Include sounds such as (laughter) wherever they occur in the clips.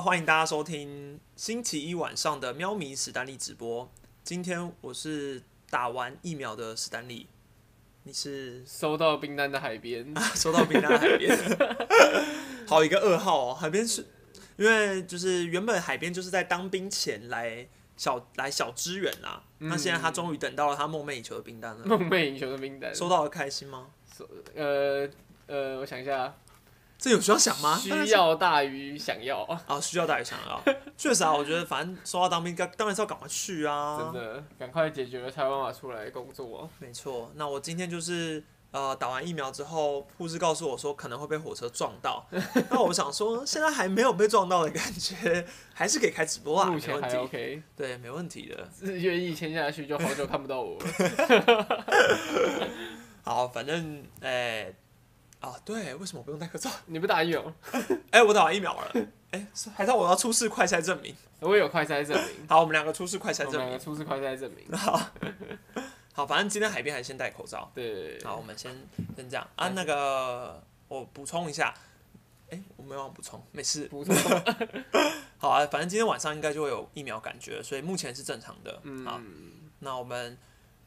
欢迎大家收听星期一晚上的喵咪史丹利直播。今天我是打完疫苗的史丹利，你 (laughs) 是收到冰单的海边， (laughs) 收到冰单的海边，好一个噩耗哦！海边是因为就是原本海边就是在当兵前来小来小支援啦、嗯那现在他终于等到了他梦寐以求的冰单了，梦寐以求的冰单。收到了开心吗？呃呃，我想一下，这有需要想吗？当然需是要大于想要，啊，需要大于想要，确实啊，我觉得反正收到当兵，当当然是要赶快去啊，真的，赶快解决了才有办法出来工作。没错，那我今天就是呃打完疫苗之后，护士告诉我说可能会被火车撞 (laughs) 到，那我想说现在还没有被撞到的感觉，还是可以开直播啊，目没前还问题， OK，对，没问题的。自愿意签下去就好久看不到我 (laughs) 了。好，反正哎、啊对，为什么我不用戴口罩？你不哦打疫苗，哎、我打完疫苗了，哎、是还是我要出示快筛证明？我有快筛证明，好，我们两个出示快筛我们证两明个。出示快筛证明。好，好，反正今天海边还先戴口罩。对，好，我们先先这样啊。没事那个我补充一下，哎、我没有补充，没事。(laughs) 补充好啊，反正今天晚上应该就会有疫苗感觉，所以目前是正常的。好，嗯，那我们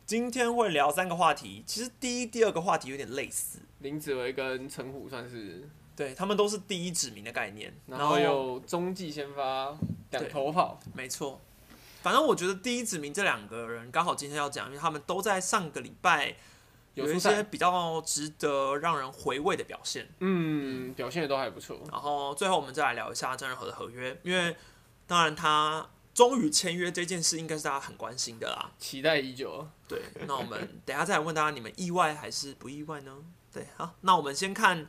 今天会聊三个话题，其实第一、第二个话题有点类似，林子维跟陈虎算是，对他们都是第一指名的概念。然后有中继先发两头跑，没错，反正我觉得第一指名这两个人刚好今天要讲，因为他们都在上个礼拜有出一赛些，比较值得让人回味的表现。嗯，表现的都还不错。然后最后我们再来聊一下郑仁和的合约，因为当然他终于签约这件事应该是大家很关心的啦。期待已久，对，那我们等一下再来问大家，你们意外还是不意外呢？对，好，那我们先看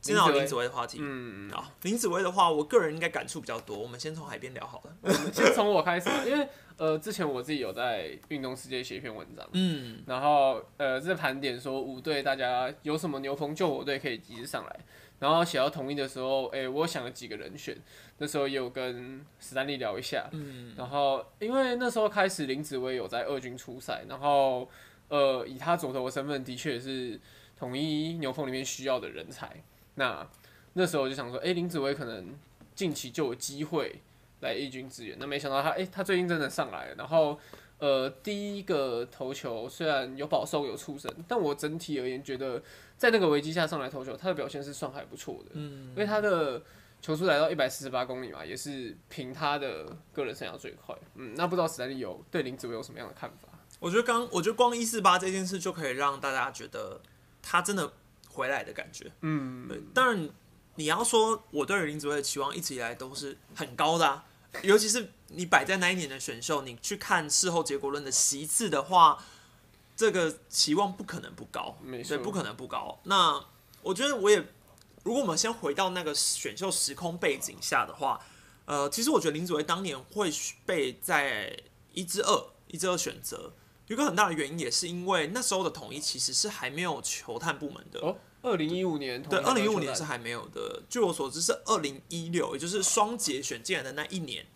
先聊林林子子薇的话题。嗯，好，林子薇的话，我个人应该感触比较多，我们先从海边聊好了。先从我开始，因为呃，之前我自己有在运动世界写一篇文章，嗯，然后呃，在盘点说五队大家有什么牛棚救火队可以及时上来，然后写到同意的时候，哎、我想了几个人选，那时候也有跟史丹利聊一下，嗯，然后因为那时候开始林子薇有在二军出赛，然后呃，以他左投的身份，的确是统一牛棚里面需要的人才，那那时候我就想说，哎、林子薇可能近期就有机会来一军支援，那没想到他，哎、他最近真的上来了，然后。呃，第一个投球虽然有保送有出神，但我整体而言觉得，在那个危机下上来投球，他的表现是算还不错的。嗯，因为他的球速来到一百四十八公里嘛，也是凭他的个人生涯最快。嗯，那不知道史丹利有对林子维有什么样的看法？我觉得刚，我觉得光一四八这件事就可以让大家觉得他真的回来的感觉。嗯，对，当然你要说我对林子维的期望一直以来都是很高的、啊，尤其是你摆在那一年的选秀，你去看事后结果论的席次的话，这个期望不可能不高，没对，错，不可能不高。那我觉得我也，如果我们先回到那个选秀时空背景下的话，呃，其实我觉得林子维当年会被在一至二、一至二选择。有一个很大的原因，也是因为那时候的统一其实是还没有球探部门的，哦，二零一五年同对，一个二零一球五队年是还没有的。据我所知是二零一六，也就是双节选进来的那一年，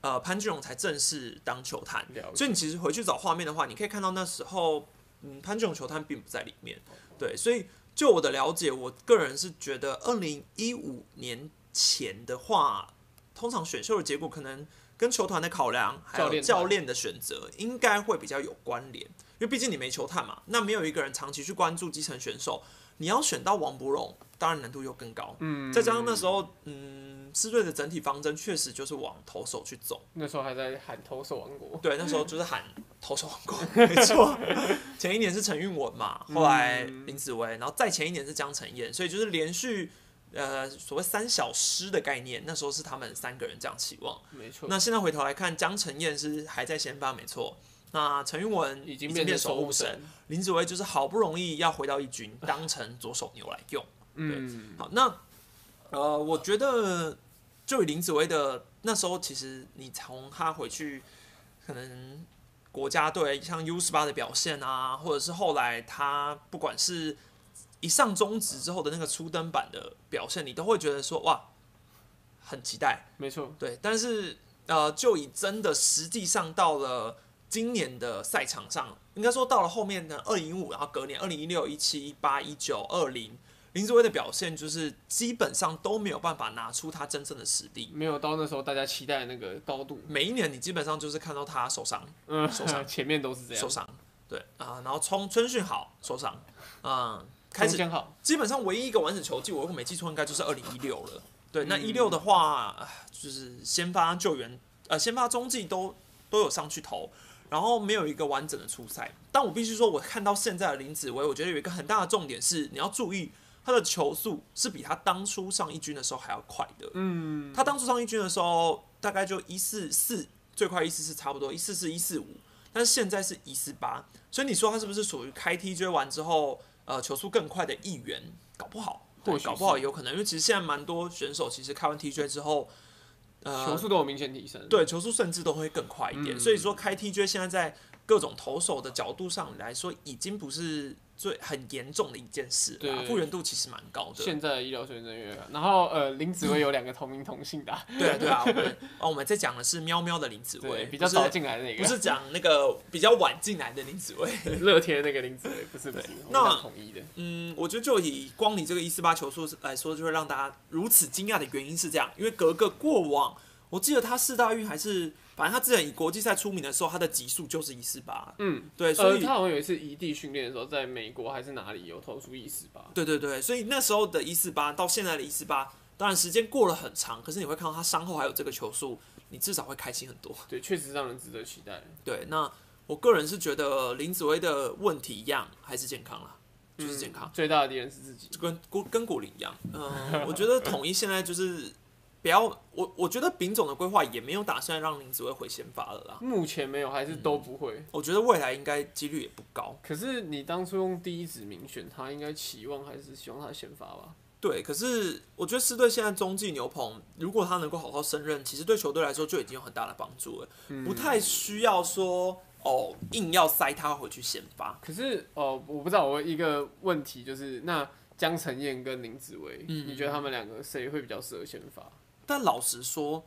呃，潘俊荣才正式当球探了。解所以你其实回去找画面的话，你可以看到那时候，嗯，潘俊荣球探并不在里面。对，所以就我的了解，我个人是觉得二零一五年前的话，通常选秀的结果可能跟球团的考量，还教有练团教练的选择，应该会比较有关联。因为毕竟你没球探嘛，那没有一个人长期去关注基层选手，你要选到王伯荣，当然难度又更高。嗯，再加上那时候，嗯，狮队的整体方针确实就是往投手去走。那时候还在喊投手王国，对，那时候就是喊投手王国，没错。 (laughs) 前一年是陈韵文嘛，后来嗯林子薇，然后再前一年是江晨燕，所以就是连续呃所谓三小狮的概念，那时候是他们三个人这样期望。没错，那现在回头来看，江晨燕是还在先发，没错。那陈韵文已经变变成守守护护神，神，林子薇就是好不容易要回到一军，当成左手牛来用。嗯，好，那呃，我觉得就以林子薇的那时候，其实你从他回去可能国家队像 U 十八的表现啊，或者是后来他不管是一上中职之后的那个初登版的表现，你都会觉得说哇，很期待。没错，对，但是呃，就以真的实际上到了今年的赛场上，应该说到了后面的二零一五，然后隔年二零一六、一七、一八、一九、二零，林志威的表现就是基本上都没有办法拿出他真正的实力。没有到那时候大家期待的那个高度。每一年你基本上就是看到他受伤，嗯，受伤 (laughs) 前面都是这样受，伤，对啊、然后冲春训好受伤，嗯，开始中间好，基本上唯一一个完整球季，我如果没记错，应该就是二零一六了。对，那一六的话，唉就是先发救援，呃，先发中继都都有上去投，然后没有一个完整的出赛。但我必须说，我看到现在的林子维，我觉得有一个很大的重点是，你要注意他的球速是比他当初上一军的时候还要快的。嗯，他当初上一军的时候，大概就一四四，最快一四四差不多，一四四一四五，但是现在是一四八，所以你说他是不是属于开 T 追完之后，呃，球速更快的一员？搞不好，对或许是搞不好有可能，因为其实现在蛮多选手其实开完 T 追之后，呃，球速都有明显提升，，对，球速甚至都会更快一点。嗯所以说，开 TJ 现在在各种投手的角度上来说，已经不是最很严重的一件事了啦，对复原度其实蛮高的。现在的医疗水准越来越高，然后呃，林子薇有两个同名同姓的啊， (laughs) 对啊，对啊，我们哦，我们在讲的是喵喵的林子对，薇，比较不是早进来的那不个，是讲那个比较晚进来的林子薇。 (laughs) 乐天那个林子薇，不是不是，我那们讲统一的，嗯，我觉得就以光你这个一四八球速来说，就会让大家如此惊讶的原因是这样，因为格格过往，我记得他四大运还是，反正他之前以国际赛出名的时候，他的极速就是一四八。嗯，对，所呃，以、他好像有一次异地训练的时候，在美国还是哪里有投出意识吧，对对对，所以那时候的一四八到现在的一四八，当然时间过了很长，可是你会看到他伤后还有这个球速，你至少会开心很多。对，确实让人值得期待。对，那我个人是觉得林子薇的问题一样，还是健康啦，就是健康。嗯最大的敌人是自己。就跟跟跟古林一样，嗯、 (laughs) 我觉得统一现在就是不要我，我觉得丙总的规划也没有打算让林子薇回先发了啦。目前没有，还是都不会。我觉得未来应该几率也不高，可是你当初用第一指名选他，应该期望还是希望他先发吧？对。可是我觉得师队现在中继牛棚，如果他能够好好胜任，其实对球队来说就已经有很大的帮助了，嗯不太需要说哦硬要塞他回去先发。可是哦、我不知道，我有一个问题就是，那江晨燕跟林子维，嗯你觉得他们两个谁会比较适合先发？但老实说，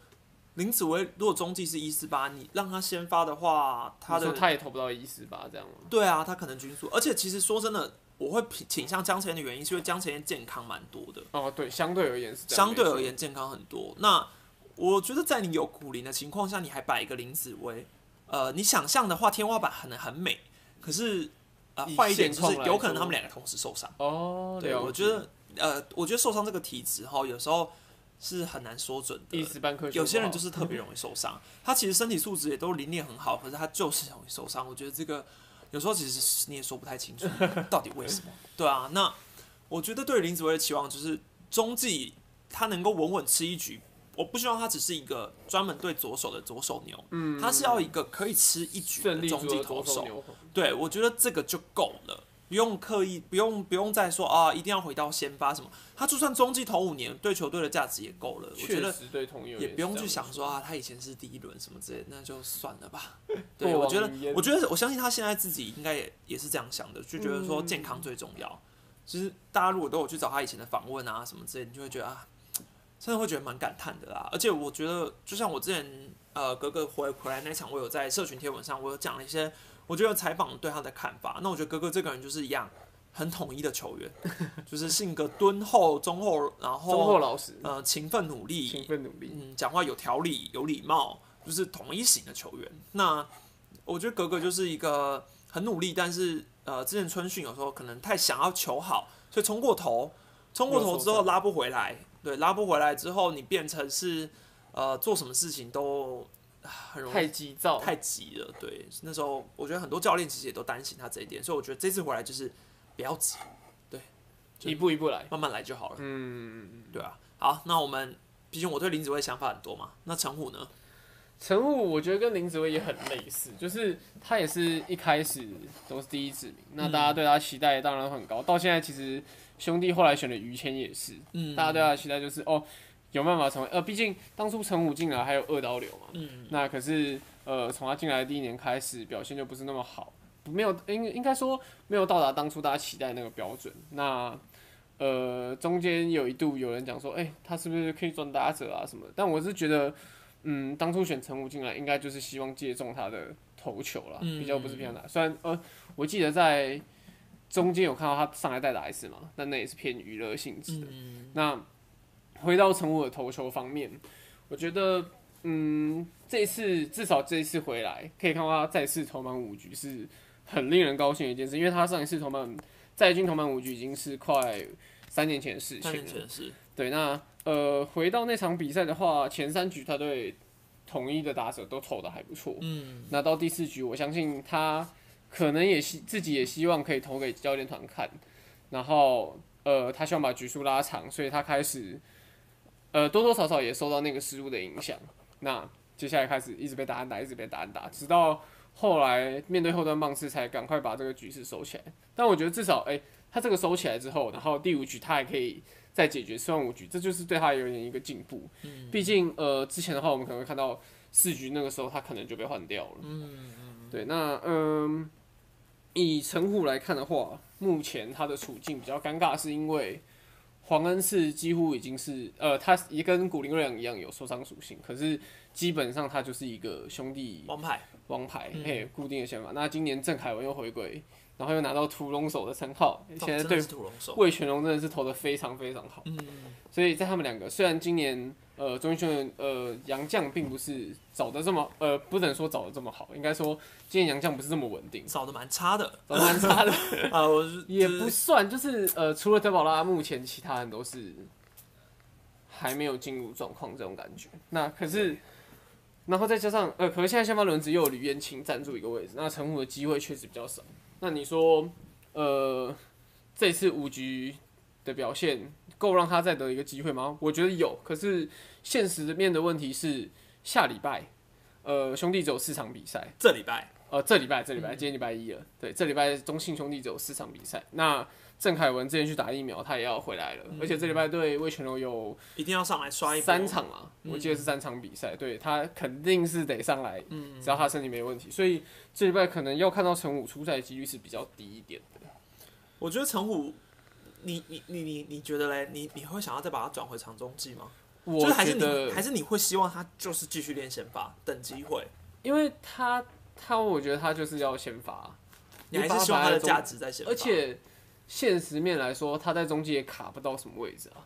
林子薇如果中继是一四八，你让他先发的话，他你的说他也投不到一四八这样吗？对啊，他可能均速，而且其实说真的，我会偏倾向江晨燕的原因，是因为江晨燕健康蛮多的，哦，对，相对而言是这样。相对而言健康很多。那我觉得在你有骨龄的情况下，你还摆一个林子薇，呃，你想象的话，天花板可能很美，可是呃以坏一点就现是况来有可能说他们两个同时受伤。没错哦，对，了解我觉得呃，我觉得受伤这个体质哈，有时候是很难说准的一。时半刻有些人就是是特别容易受伤， (laughs) 他其实身体素质也都理念很好，可是他就是容易受伤。我觉得这个有时候其实你也说不太 (laughs) 清楚到底为什么。对啊，那我觉得对林子维的期望就是中继他能够稳稳吃一局，我不希望他只是一个专门对左手的左手牛，嗯，他是要一个可以吃一局顺的利中继做投左手手。牛棚。对，我觉得这个就够了，不用刻意，不用不用再说啊，一定要回到先发什么。他就算中继投五年，对球队的价值也够了。我觉确得实对同友也不用去想说啊，他以前是第一轮什么之类的，那就算了 (laughs) 吧。对，我觉得过往云烟，我觉得我相信他现在自己应该也也是这样想的，就觉得说嗯健康最重要。其实大家如果都有去找他以前的访问啊什么之类的，你就会觉得啊，真的会觉得蛮感叹的啦。而且我觉得，就像我之前呃格格回回来那场，我有在社群贴文上，我有讲了一些我觉得采访对他的看法。那我觉得格格这个人就是一样。很统一的球员， (laughs) 就是性格敦厚、忠厚，然后忠厚老实，呃勤奋努力，勤奋努力。嗯，讲话有条理、有礼貌，就是同一型的球员。那我觉得格格就是一个很努力，但是呃，之前春训有时候可能太想要求好，所以冲过头，冲过头之又受后伤拉不回来，对，拉不回来之后，你变成是呃做什么事情都啊很容易太急躁，太急了。对，那时候我觉得很多教练其实也都担心他这一点，所以我觉得这次回来就是不要急，一步一步来。慢慢来就好了。嗯，对啊，好，那我们毕竟我对林子薇想法很多嘛，那陈虎呢？陈雾我觉得跟林子薇也很类似，就是他也是一开始都是第一指名，那大嗯家对他期待当然很高。到现在其实兄弟后来选的于谦也是，嗯，大家对他的期待就是哦，有办法成为呃，毕竟当初陈武进来还有二刀流嘛，嗯，那可是呃，从他进来的第一年开始表现就不是那么好，没有应应该说没有到达当初大家期待的那个标准。那呃，中间有一度有人讲说，哎、他是不是可以转打者啊什么的？但我是觉得，嗯，当初选陈武进来，应该就是希望借重他的投球啦，嗯比较不是偏打。虽然呃，我记得在中间有看到他上来再打一次嘛，但那也是偏娱乐性质的。嗯，那回到陈武的投球方面，我觉得，嗯，这一次至少这一次回来，可以看到他再次投满五局是很令人高兴的一件事，因为他上一次投满在军投满五局已经是快三年前的事三情年了。前是，对，那呃，回到那场比赛的话，前三局他对统一的打者都投的还不错，嗯，那到第四局，我相信他可能也希自己也希望可以投给教练团看，然后呃，他希望把局数拉长，所以他开始呃多多少少也受到那个失误的影响。那接下来开始一直被打安打，一直被打安打，直到后来面对后段棒次才赶快把这个局势收起来。但我觉得至少哎、他这个收起来之后，然后第五局他还可以。再解决四万五局，这就是对他有点一个进步。毕竟，呃，之前的话，我们可能会看到四局那个时候他可能就被换掉了。嗯对，那嗯，以陈虎来看的话，目前他的处境比较尴尬，是因为黄恩赐几乎已经是呃，他也跟古林瑞阳一样有受伤属性，可是基本上他就是一个兄弟王牌，王牌，嗯嘿，固定的想法。那今年郑凯文又回归，然后又拿到屠龙手的称号，哦现在真对的是土龙手，魏全龙真的是投的非常非常好，嗯，所以在他们两个虽然今年呃中信兄弟呃杨将并不是找的这么呃不能说找的这么好，应该说今年杨将不是这么稳定，扫的蛮差的， (laughs) 找蛮差的啊，我是也就是不算，就是呃除了德保拉，目前其他人都是还没有进入状况这种感觉。那可是。然后再加上，呃，可是现在先发轮值又有吕彦青站住一个位置，那陈虎的机会确实比较少。那你说，呃，这次五局的表现够让他再得一个机会吗？我觉得有，可是现实的面的问题是下礼拜，呃，兄弟只有四场比赛，这礼拜呃，这礼拜这礼嗯拜今天礼拜一了，对，这礼拜中信兄弟只有四场比赛。那郑凯文之前去打疫苗，他也要回来嗯了，而且这礼拜对魏全龙有一定要上来刷一波三，场嘛，我记得是三场比赛，对他肯定是得上来，嗯只要他身体没问题，所以这礼拜可能要看到陈武出赛的几率是比较低一点的。我觉得陈虎，你你你你你觉得嘞？你你会想要再把他转回长中继吗？我就是还是觉得你还是你会希望他就是继续练先发等机会，因为他他，我觉得他就是要先发，你还是希望他的价值在先发，而且现实面来说，他在中继也卡不到什么位置啊。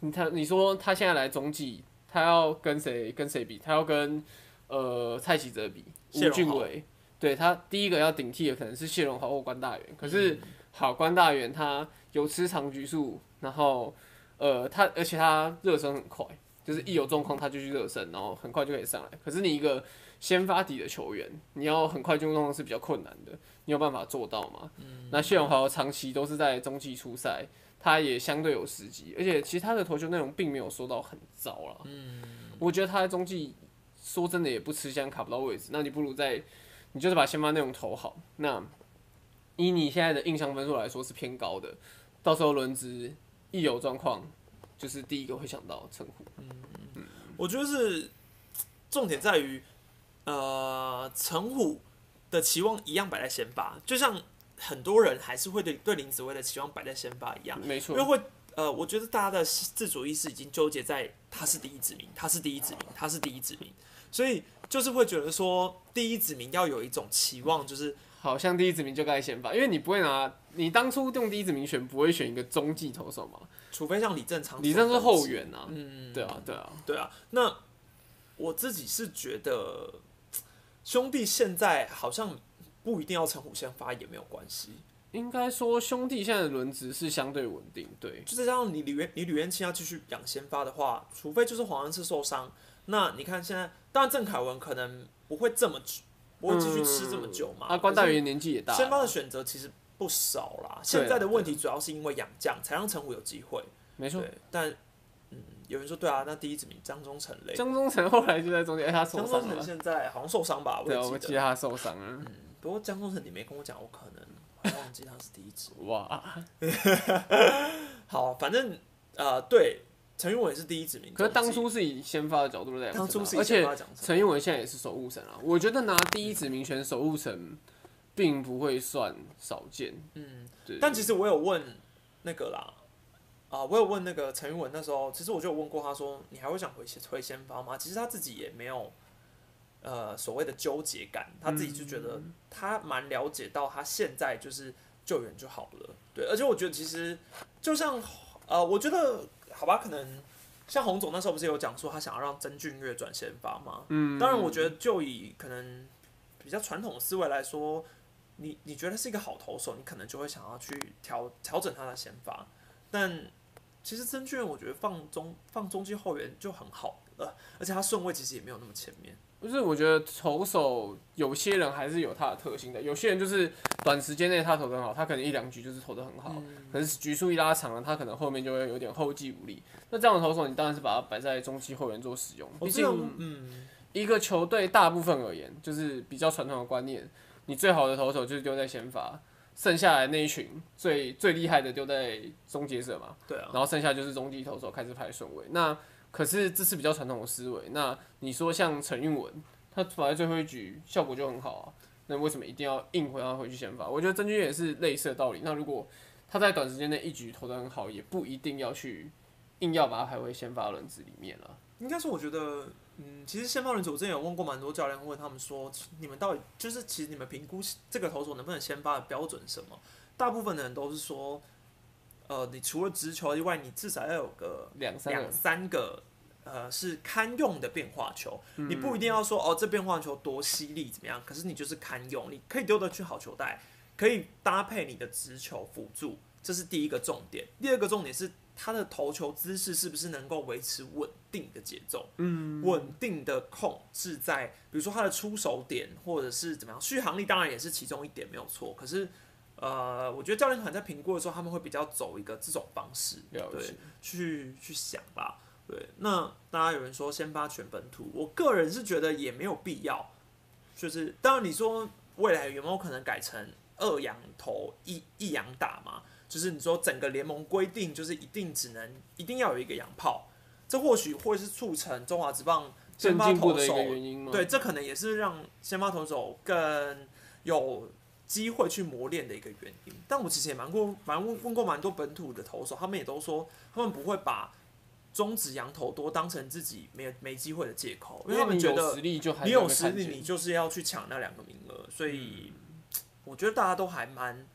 你他你说他现在来中继，他要跟谁跟谁比？他要跟呃蔡启哲比，谢吴荣豪俊伟。对他第一个要顶替的可能是谢荣豪或关大元，可嗯是好关大元他有吃长局数，然后呃他而且他热身很快，就是一有状况他就去热身，然后很快就可以上来。可是你一个先发底的球员，你要很快进入状况是比较困难的，你有办法做到吗？嗯那谢永豪长期都是在中期出赛，他也相对有时机，而且其实他的投球内容并没有说到很糟啦。嗯，我觉得他在中继说真的也不吃香，卡不到位置，那你不如在你就是把先发内容投好。那以你现在的印象分数来说是偏高的，到时候轮值一有状况，就是第一个会想到陈虎。我觉得是重点在于，呃，陈虎的期望一样摆在先发，就像很多人还是会对对林子威的期望摆在先发一样，没因错为，会呃，我觉得大家的自主意识已经纠结在他是第一指名，他是第一指名，他是第一指名，所以就是会觉得说第一指名要有一种期望，就是好像第一指名就该先发，因为你不会拿你当初用第一指名选，不会选一个中继投手嘛？除非像李正常，你这是后援啊，哦嗯，对啊，对啊，对啊，那我自己是觉得兄弟现在好像不一定要陈虎先发也没有关系，应该说兄弟现在的轮值是相对稳定，对，就再加上你李元你吕元清要继续养先发的话，除非就是黄恩赐受伤，那你看现在，当然郑凯文可能不会这么久不会继续吃这么久嘛。嗯啊，关大元年纪也大了，啊先发的选择其实不少啦，现在的问题主要是因为养将才让陈虎有机会，没错，对，但嗯，有人说对啊，那第一指名张忠成嘞。张忠成后来就在中间，哎，他受张忠伤成了，现在好像受伤吧，我对也啊，记我得。记得他受伤了，不过江东城你没跟我讲，我可能还忘嗯记他是第一 (laughs) 支。哇，好，反正呃，对，陈云伟是第一指名。可是当初是以先发的角度在讲，当初是而以先且发奖惩陈英文现在也是守护神啊，我觉得拿第一指名选守护神，并不会算少见，嗯，对，但其实我有问那个啦，啊、我有问那个陈云文那时候，其实我就有问过他说，你还会想回推先发吗？其实他自己也没有。嗯呃，所谓的纠结感，他自己就觉得他蛮了解到他现在就是救援就好了。对，而且我觉得其实就像呃，我觉得好吧，可能像洪总那时候不是有讲说他想要让曾俊乐转先发吗？嗯，当然，我觉得就以可能比较传统的思维来说，你你觉得是一个好投手，你可能就会想要去调调整他的先发。但其实曾俊乐我觉得放中放中继后援就很好了，而且他顺位其实也没有那么前面。不是，我觉得投手有些人还是有他的特性的，有些人就是短时间内他投的很好，他可能一两局就是投的很好，嗯可是局数一拉长了，他可能后面就会有点后继无力。那这样的投手，你当然是把它摆在中期后援做使用，我毕知道竟嗯，一个球队大部分而言，就是比较传统的观念，你最好的投手就是丢在先发，剩下来那一群最最厉害的丢在终结者嘛。对啊，然后剩下就是中继投手开始排顺位。那可是这是比较传统的思维。那你说像陈韵文，他跑在最后一局效果就很好啊，那为什么一定要硬回他回去先发？我觉得曾俊也是类似的道理。那如果他在短时间内一局投的很好，也不一定要去硬要把他排回先发轮子里面了。应该说，我觉得，嗯，其实先发人组我之前有问过蛮多教练，问他们说，你们到底就是其实你们评估这个投手能不能先发的标准是什么？大部分的人都是说，呃，你除了直球以外，你至少要有个两三个两，三个，呃，是堪用的变化球。嗯你不一定要说哦，这变化球多犀利怎么样，可是你就是堪用，你可以丢得去好球带，可以搭配你的直球辅助，这是第一个重点。第二个重点是他的投球姿势是不是能够维持稳定的节奏，嗯，稳定的控制在，比如说他的出手点或者是怎么样，续航力当然也是其中一点没有错，可是。呃，我觉得教练团在评估的时候，他们会比较走一个这种方式，对了，解。去去想啦。对，那大家有人说先发全本土，我个人是觉得也没有必要。就是当然你说未来有没有可能改成二羊头一一羊打嘛？就是你说整个联盟规定就是一定只能一定要有一个洋炮，这或许会是促成中华职棒先更发进步投的一手个原因吗？对，，这可能也是让先发投手更有机会去磨练的一个原因。但我其实也蛮过蛮问问过蛮多本土的投手，他们也都说他们不会把中指羊头多当成自己没有没机会的借口，因为他因为们你觉有得实力就还你没有被实看嗯力，见你就是要去抢那两个名额。所以我觉得大家都还蛮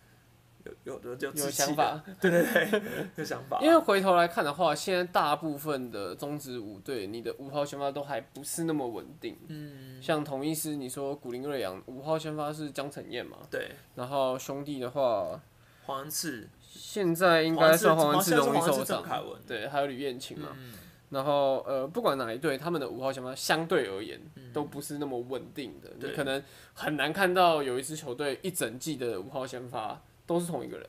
有有有有有自想信法的，。对对对，有想法。因为回头来看的话，现在大部分的中职五队，你的五号先发都还不是那么稳定。嗯，像同一师，你说古林瑞阳五号先发是江晨燕嘛，对然后兄弟的话，黄恩赐现在应该算黄黄文恩志赐容易受郑伤，凯文对，还有吕彦琴嘛。然后呃，不管哪一队，他们的五号先发相对而言都不是那么稳定的，你对可能很难看到有一支球队一整季的五号先发都是同一个人。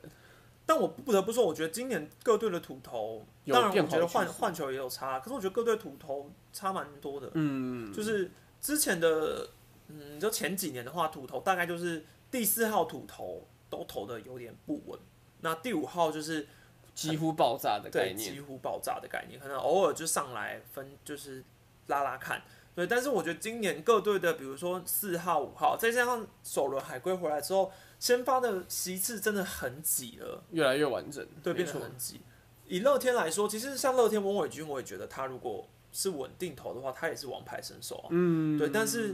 但我不得不说，我觉得今年各队的土头，有当然变我化觉的得趋势换换球也有差，可是我觉得各队土头差蛮多的。嗯，就是之前的，嗯，就前几年的话，土头大概就是第四号土头都投的有点不稳，那第五号就是几乎爆炸的概对念。几乎爆炸的概念，可能偶尔就上来分就是拉拉看。对，但是我觉得今年各队的，比如说四号、五号，再加上首轮海归回来之后，先发的席次真的很挤了。越来越完整，对，没变得错，很挤。以乐天来说，其实像乐天温伟君，我也觉得他如果是稳定投的话，他也是王牌神手啊。嗯，对，但是，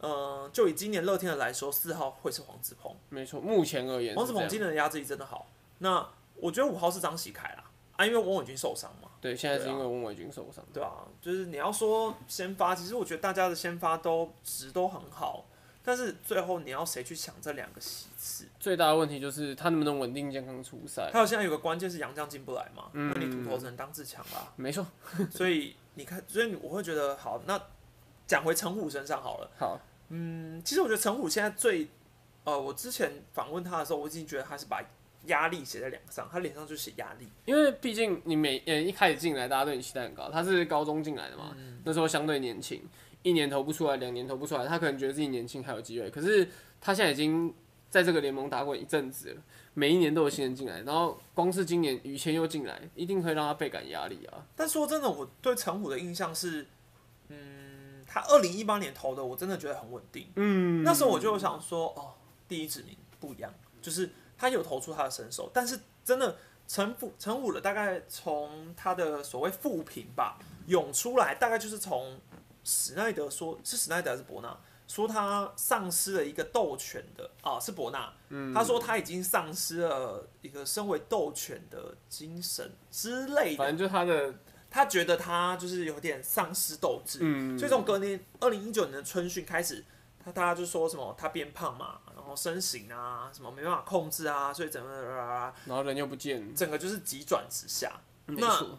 呃，就以今年乐天的来说，四号会是黄子鹏，没错，目前而言是这样，黄子鹏今年的压制力真的好。那我觉得五号是张喜凯啦，啊，因为温伟君受伤嘛，对，现在是因为翁伟军受伤，对啊，就是你要说先发，其实我觉得大家的先发都值都很好，但是最后你要谁去抢这两个席次？最大的问题就是他能不能稳定健康出赛，还有现在有个关键是杨将进不来嘛，哎嗯那你土头只能当自强啦。没错，所以你看，所以我会觉得好。那讲回陈虎身上好了。好，嗯，其实我觉得陈虎现在最，呃，我之前访问他的时候，我已经觉得他是把压力写在脸上，他脸上就写压力。因为毕竟你每呃一开始进来，大家对你期待很高，他是高中进来的嘛，嗯那时候相对年轻，一年投不出来，两年投不出来，他可能觉得自己年轻还有机会，可是他现在已经在这个联盟打滚一阵子了，每一年都有新人进来，然后光是今年于谦又进来，一定会让他倍感压力啊，但说真的，我对陈虎的印象是，嗯，他二零一八年投的，我真的觉得很稳定。嗯那时候我就想说，哦，第一指名不一样，就是他有投出他的身手，但是真的陈虎陈虎的大概从他的所谓复评吧涌出来，大概就是从史奈德说是史奈德还是伯纳说他丧失了一个斗犬的啊，是伯纳，他说他已经丧失了一个身为斗犬的精神之类反的，正就他的他觉得他就是有点丧失斗志，嗯，所以从隔年二零一九年的春训开始，他大家就说什么他变胖嘛，然后身形啊什么没办法控制啊，所以怎么怎么怎么然后人又不见，整个就是急转直下。没那错，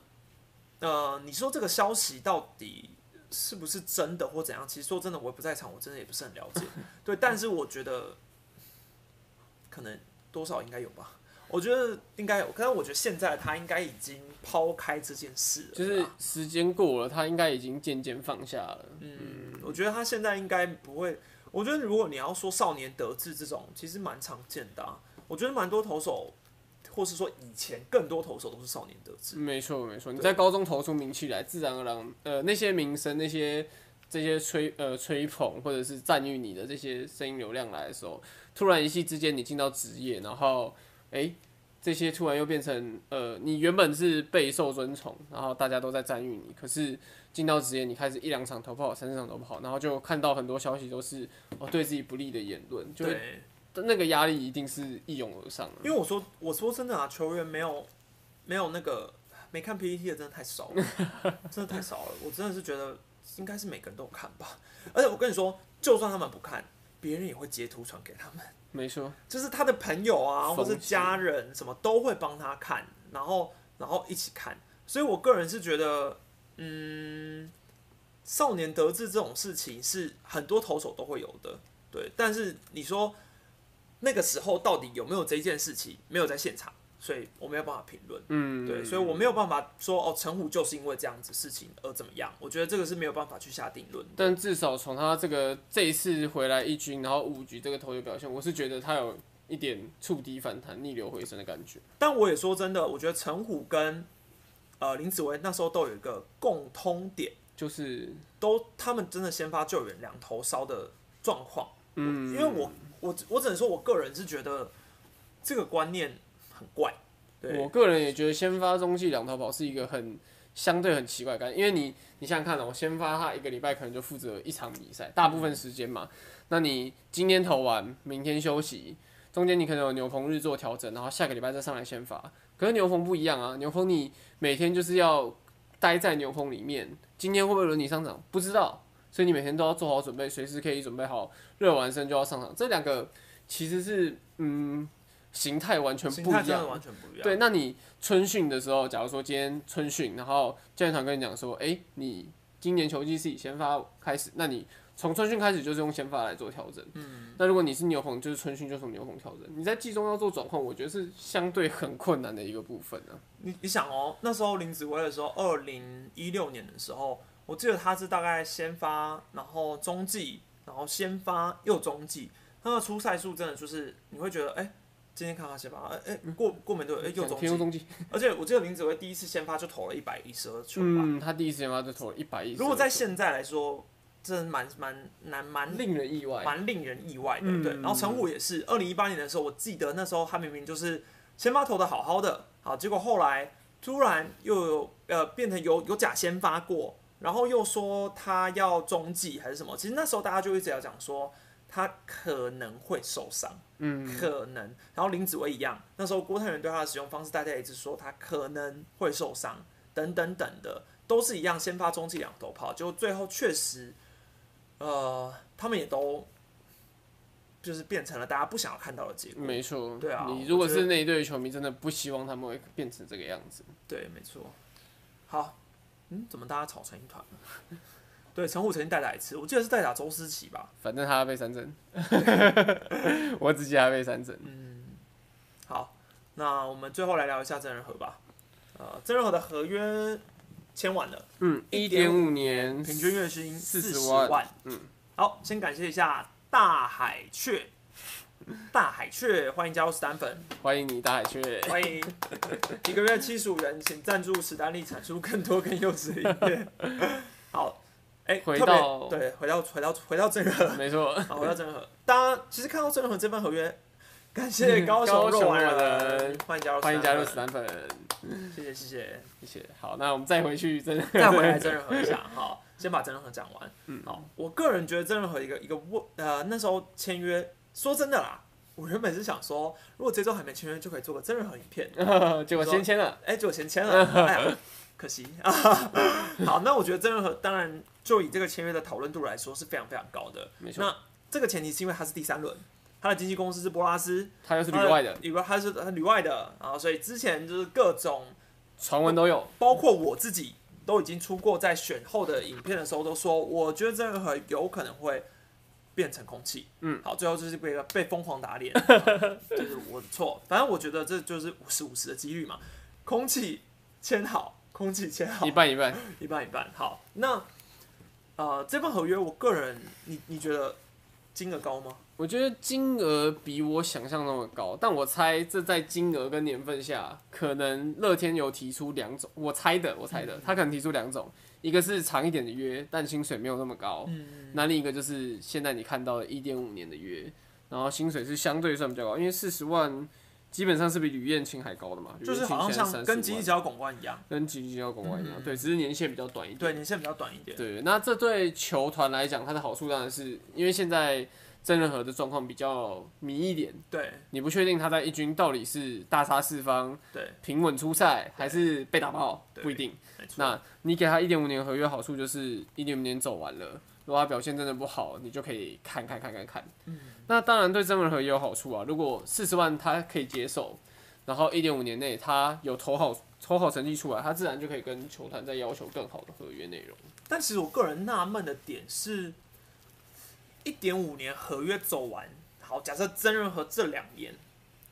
呃，你说这个消息到底是不是真的或怎样？其实说真的，我也不在场，我真的也不是很了 (laughs) 解。对，但是我觉得可能多少应该有吧。我觉得应该有，但是我觉得现在他应该已经抛开这件事了啦，就是时间过了，他应该已经渐渐放下了。嗯我觉得他现在应该不会。我觉得如果你要说少年得志这种，其实蛮常见的、啊。我觉得蛮多投手，或是说以前更多投手都是少年得志。没错，没错，你对在高中投出名气来，自然而然，呃，那些名声、那些这些吹呃吹捧或者是赞誉你的这些声音流量来的时候，突然一夕之间你进到职业，然后哎、诶这些突然又变成呃，你原本是备受尊崇，然后大家都在赞誉你，可是进到职业，你开始一两场投不好，三四场投不好，然后就看到很多消息都是哦对自己不利的言论，就嗯会对，那个压力一定是一涌而上的。因为我说我说真的啊，球员没有没有那个没看 PPT 的真的太少了，真的太少了。我真的是觉得应该是每个人都有看吧。而且我跟你说，就算他们不看，别人也会截图传给他们。没错，就是他的朋友啊，风或气是家人什么都会帮他看，然后然后一起看。所以我个人是觉得，嗯，少年得志这种事情是很多投手都会有的，对。但是你说那个时候到底有没有这件事情，没有在现场，所以我没有办法评论。嗯，对，所以我没有办法说哦，陈虎就是因为这样子事情而怎么样，我觉得这个是没有办法去下定论的。但至少从他这个这一次回来一军，然后五局这个投球表现，我是觉得他有一点触底反弹、逆流回升的感觉。但我也说真的，我觉得陈虎跟呃林子维那时候都有一个共通点，就是，都他们真的先发救援两头烧的状况。嗯，因为我我我只能说，我个人是觉得这个观念很怪。对，我个人也觉得先发中继两头跑是一个很相对很奇怪的概念，因为你你想想看哦、我先发他一个礼拜可能就负责一场比赛，大部分时间嘛，那你今天投完，明天休息，中间你可能有牛棚日做调整，然后下个礼拜再上来先发。可是牛棚不一样啊，牛棚你每天就是要待在牛棚里面，今天会不会轮你上场不知道，所以你每天都要做好准备，随时可以准备好，热完身就要上场。这两个其实是嗯形态完全心不一态真样的，完全不一样。对，那你春训的时候，假如说今天春训，然后教练团跟你讲说，哎、你今年球季是以先发开始，那你从春训开始就是用先发来做调整。嗯，那如果你是牛棚，就是春训就从牛棚调整。你在季中要做转换，我觉得是相对很困难的一个部分啊呢、你你想哦，那时候林子维的时候，二零一六年的时候，我记得他是大概先发，然后中继，然后先发又中继，他的出赛数真的就是你会觉得，哎、今天看他先发，哎、哎、过过没多久，哎、又两中天又继，中继，而且我记得林子维第一次先发就投了一百一十二球吧。嗯，他第一次先发就投了一百一十。如果在现在来说，真的蛮蛮难蛮令人意外，蛮令人意外的，嗯对。然后陈虎也是，二零一八年的时候，我记得那时候他明明就是先发投的好好的，好，结果后来突然又有呃变成有有假先发过，然后又说他要中继还是什么，其实那时候大家就一直要讲说他可能会受伤，嗯，可能。然后林子薇一样，那时候郭泰源对他的使用方式，大家也一直说他可能会受伤，等等等的，都是一样，先发中继两头跑，就最后确实，呃，他们也都就是变成了大家不想要看到的结果。没错。对啊你如果我觉是得那一队的球迷，真的不希望他们会变成这个样子。对，没错。好，嗯，怎么大家吵成一团 (laughs) 了？对，陈虎曾经代打一次，我记得是代打周思琪吧。反正他被三 (laughs) 振，我只记得他被三振。好，那我们最后来聊一下郑仁和吧。呃，郑仁和的合约签完了。嗯，一点五年，平均月薪40十万万。嗯，好，先感谢一下大海雀，大海雀，欢迎加入史丹粉，欢迎你大海 (laughs) 雀。欢迎一个月七十五元，请赞助史丹利产出更多更优质的影片。好，哎、回特别到对，回到回到回到这个，没错，好，回到郑和，大家其实看到郑和这份合约，感谢高手嗯高手肉丸肉丸人，欢迎加入，欢迎加入死，蛋粉，谢谢谢谢，谢谢。好，那我们再回去真人盒，再回来真人和一下，好，先把真人和讲完。 (laughs) 嗯，好，我个人觉得真人和一个一个问，呃，那时候签约，说真的啦，我原本是想说，如果这周还没签约，就可以做个真人和影片， (laughs) 结果先签了，哎，结果先签了，哎呀，可惜 (laughs) 啊。好，那我觉得真人和当然就以这个签约的讨论度来说是非常非常高的。没错，那这个前提是因为他是第三轮，他的经纪公司是波拉斯，他又是旅外的，旅外他是他旅外的啊，所以之前就是各种，传闻都有，包括我自己都已经出过，在选后的影片的时候都说，我觉得这个很有可能会变成空气。嗯，好，最后就是被被疯狂打脸，啊就是我的错。反正我觉得这就是五十五十的几率嘛，空气签好，空气签好一，半一半。一半一半。好，那呃这份合约，我个人你你觉得金额高吗？我觉得金额比我想象中的高，但我猜这在金额跟年份下，可能乐天有提出两种，我猜的，我猜嗯的，他可能提出两种，一个是长一点的约，但薪水没有那么高，嗯，那另一个就是现在你看到的一点五年的约，然后薪水是相对算比较高，因为四十万基本上是比吕彦青还高的嘛，就是好像像跟吉吉交拱冠一样，跟吉吉交公关一样，嗯对，只是年限比较短一点，对，年限比较短一点。对，那这对球团来讲，它的好处当然是因为现在郑仁和的状况比较迷一点，对你不确定他在一军到底是大杀四方、对，平稳出赛，还是被打爆，对不一定。没错。那你给他一点五年合约，好处就是一点五年走完了，如果他表现真的不好，你就可以看看看看看。嗯那当然对郑仁和也有好处啊，如果四十万他可以接受，然后一点五年内他有投好投好成绩出来，他自然就可以跟球团再要求更好的合约内容。但其实我个人纳闷的点是，一点五年合约走完，好，假设真人和这两年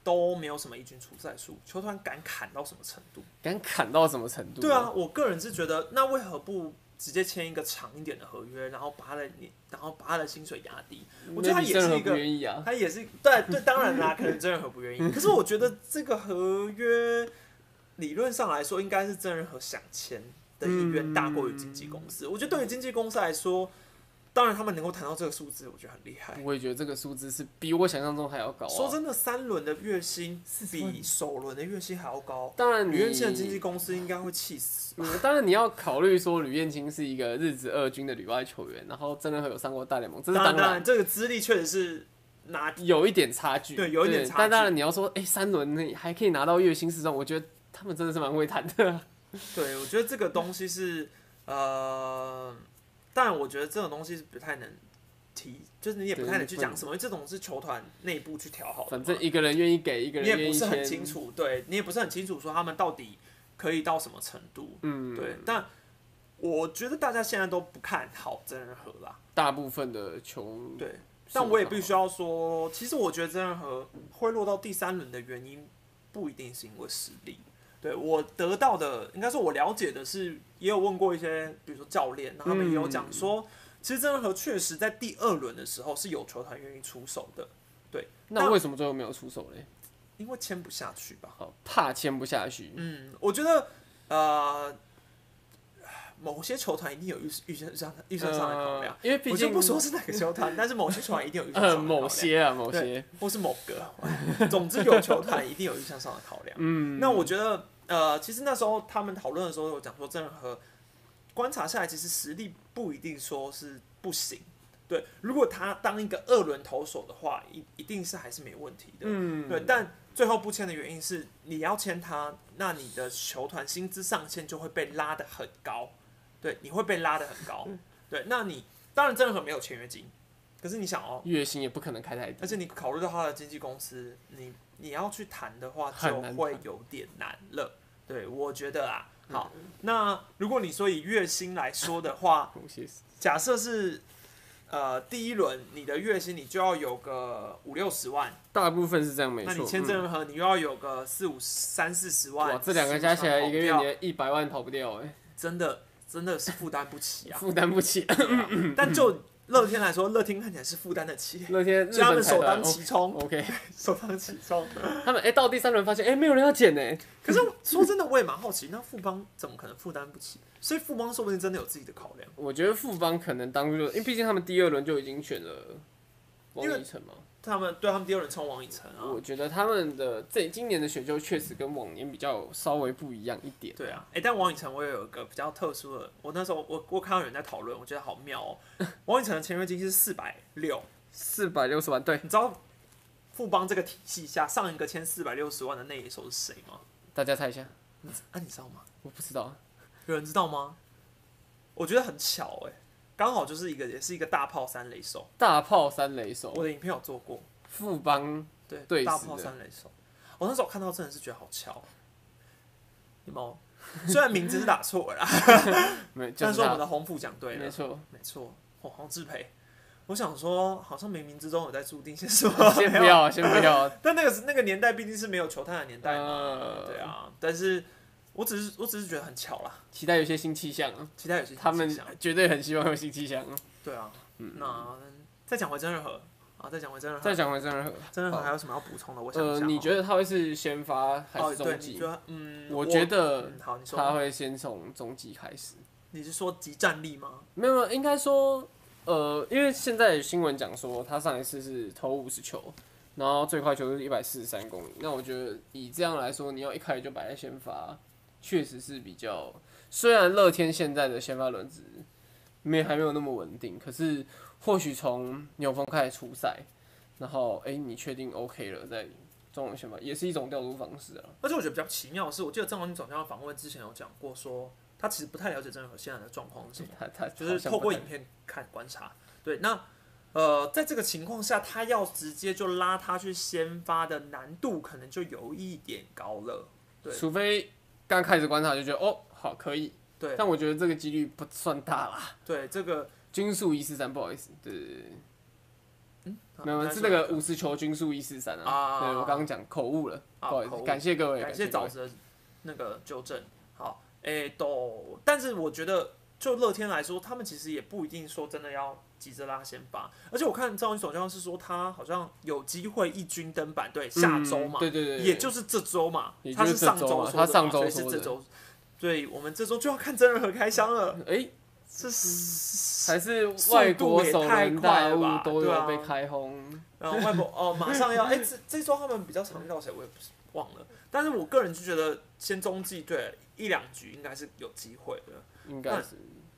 都没有什么一军出赛数，球团敢砍到什么程度？敢砍到什么程度？对啊，，我个人是觉得，那为何不直接签一个长一点的合约，然后把他的年，然后把他的薪水压低？我觉得他也是一不个愿意啊。他也是对对，当然啦，可能真人和不愿 (laughs) 意。可是我觉得这个合约理论上来说，应该是真人和想签的意愿大过于经纪公司。我觉得对于经纪公司来说，当然他们能够谈到这个数字，我觉得很厉害。我也觉得这个数字是比我想象中还要高、啊。说真的，三轮的月薪比首轮的月薪还要高。当然吕你院线的经纪公司应该会气死。嗯当然你要考虑说吕彦青是一个日职二军的旅外球员，然后真的会有上过大联盟，这是当然，当然然，这个资历确实是拿有一点差距，对有一点差距但当然你要说，哎、三轮你还可以拿到月薪四万，我觉得他们真的是蛮会谈的 (laughs) 啊。对，我觉得这个东西是呃，但我觉得这种东西是不太能提，就是你也不太能去讲什么，因为这种是球团内部去调好的嘛，反正一个人愿意给，一个你人也愿不意是签，很清楚，对你也不是很清楚说他们到底可以到什么程度，嗯，对，，但。我觉得大家现在都不看好真人和啦，大部分的球，对，是但不我也看必好须要说，其实我觉得真人和会落到第三轮的原因，不一定是因为实力。对我得到的，应该说我了解的是，也有问过一些，比如说教练，那他们也有讲说，其实真人和确实在第二轮的时候是有球团愿意出手的，那为什么最后没有出手嘞？因为签不下去吧。好，怕签不下去，嗯，我觉得呃，某些球团一定有预预算上的预算上的考量。呃因为毕我就竟不说是哪 (laughs) 个球团，但是某些球团一定有预算上的呃考量。某些啊某对些，或是某个， (laughs) 总之有球团一定有预算上的考量。嗯，那我觉得，呃，其实那时候他们讨论的时候有讲说，郑仁和观察下来，其实实力不一定说是不行。对，如果他当一个二轮投手的话，一一定是还是没问题的。嗯对，但最后不签的原因是，你要签他，那你的球团薪资上限就会被拉得很高，对，你会被拉得很高。对，那你当然郑仁和没有签约金，可是你想哦，月薪也不可能开太低而。且你考虑到他的经纪公司，你你要去谈的话，很就难会谈有点难了。对，我觉得啊，嗯好，那如果你说以月薪来说的话，某些是假设是呃第一轮你的月薪你就要有个五六十万，大部分是这样没错。那你签嗯证和你又要有个四五三四十哇，万，这两个加起来一个45月你万跑的一百万逃不掉哎、 (laughs) 不掉真的真的是负担不起啊。负担不起。嗯但就乐天来说，乐天看起来是负担得起，(laughs) 那天所日以他本哦们财首团当其冲， (laughs) OK， (laughs) 首当其冲。他们哎、到第三轮发现哎、没有人要捡呢、可是说真的，我也蛮好奇，那富邦怎么可能负担不起？所以富邦说不定真的有自己的考量。我觉得富邦可能当初就因为毕竟他们第二轮就已经选了王因为以诚吗？他们对他们第二轮冲王以诚啊，我觉得他们的这今年的选秀确实跟往年比较稍微不一样一点。对啊，哎、但王以诚我也有一个比较特殊的，我那时候我我看到有人在讨论，我觉得好妙哦。 (laughs) 王以诚的签约金是四百六，四百六十万，对，你知道富邦这个体系下上一个签四百六十万的内野手是谁吗？大家猜一下，啊，你知道吗？我不知道，有人知道吗？我觉得很巧哎、刚好就是一个也是一个大炮三垒手，大炮三雷手，我的影片有做过，富邦对，对大死炮的三垒手。我那时候看到真的是觉得好巧，有没有？虽然名字是打错了啦，没， (laughs) 就但是是我们他，的红富讲对了没，错，没错，哦，黄志培。我想说，好像冥冥之中有在注定 (laughs) 些什么。啊先不没有。 (laughs) 要，先不要，但那个是那个年代毕竟是没有球探的年代嘛，呃对啊。但是我只是我只是觉得很巧啦，期待有些新气象，期待有些他们新气象绝对很希望有新 (laughs) 气象。对啊。那再讲回真人和啊，再讲回真人和嗯再，讲回真人和，真人和还有什么要补充的？我想一呃，下哦。你觉得他会是先发还哦，是对，中你继觉？得嗯，我觉得嗯好，你他说，会先从中继开始。你是说集战力吗？没有，没有应该说，呃，因为现在有新闻讲说他上一次是投五十球，然后最快球是一百四十三公里。那我觉得以这样来说，你要一开始就摆在先发，确实是比较。虽然乐天现在的先发轮值没还没有那么稳定，可是或许从牛峰开始出赛，然后哎、诶你确定 OK 了再中文先发，也是一种调度方式啊。而且我觉得比较奇妙的是，我记得郑文俊总教练访问之前有讲过说他其实不太了解真人和现在的状况是什 (laughs) 么。他他就是透过影片看观察。对，那呃，在这个情况下，他要直接就拉他去先发的难度可能就有一点高了。对除非刚开始观察就觉得哦好可以，对但我觉得这个几率不算大啦。对，这个均速一四三，不好意思，对对对，啊没有应该是说那个五十球均速一四三啊啊，对我刚刚讲口误了，不啊好意口思，误感谢各位，感谢谢各枣位。子的那个纠正。好，诶、都，但是我觉得就乐天来说，他们其实也不一定说真的要急着拉先发，而且我看赵文总教练是说他好像有机会一军登板，对，下周嘛嗯，对对对，对也就是这周嘛也，就他是这周上嘛周说的嘛他上周所以是说这的周，对我们这周就要看真人和开箱了，哎，这是还是外国首轮速度也太快大了吧物都对有啊被开轰，然后外国哦，马上要哎、这这周他们比较常遇到谁，我也不是忘了，但是我个人就觉得先中继对一两局应该是有机会的，应该是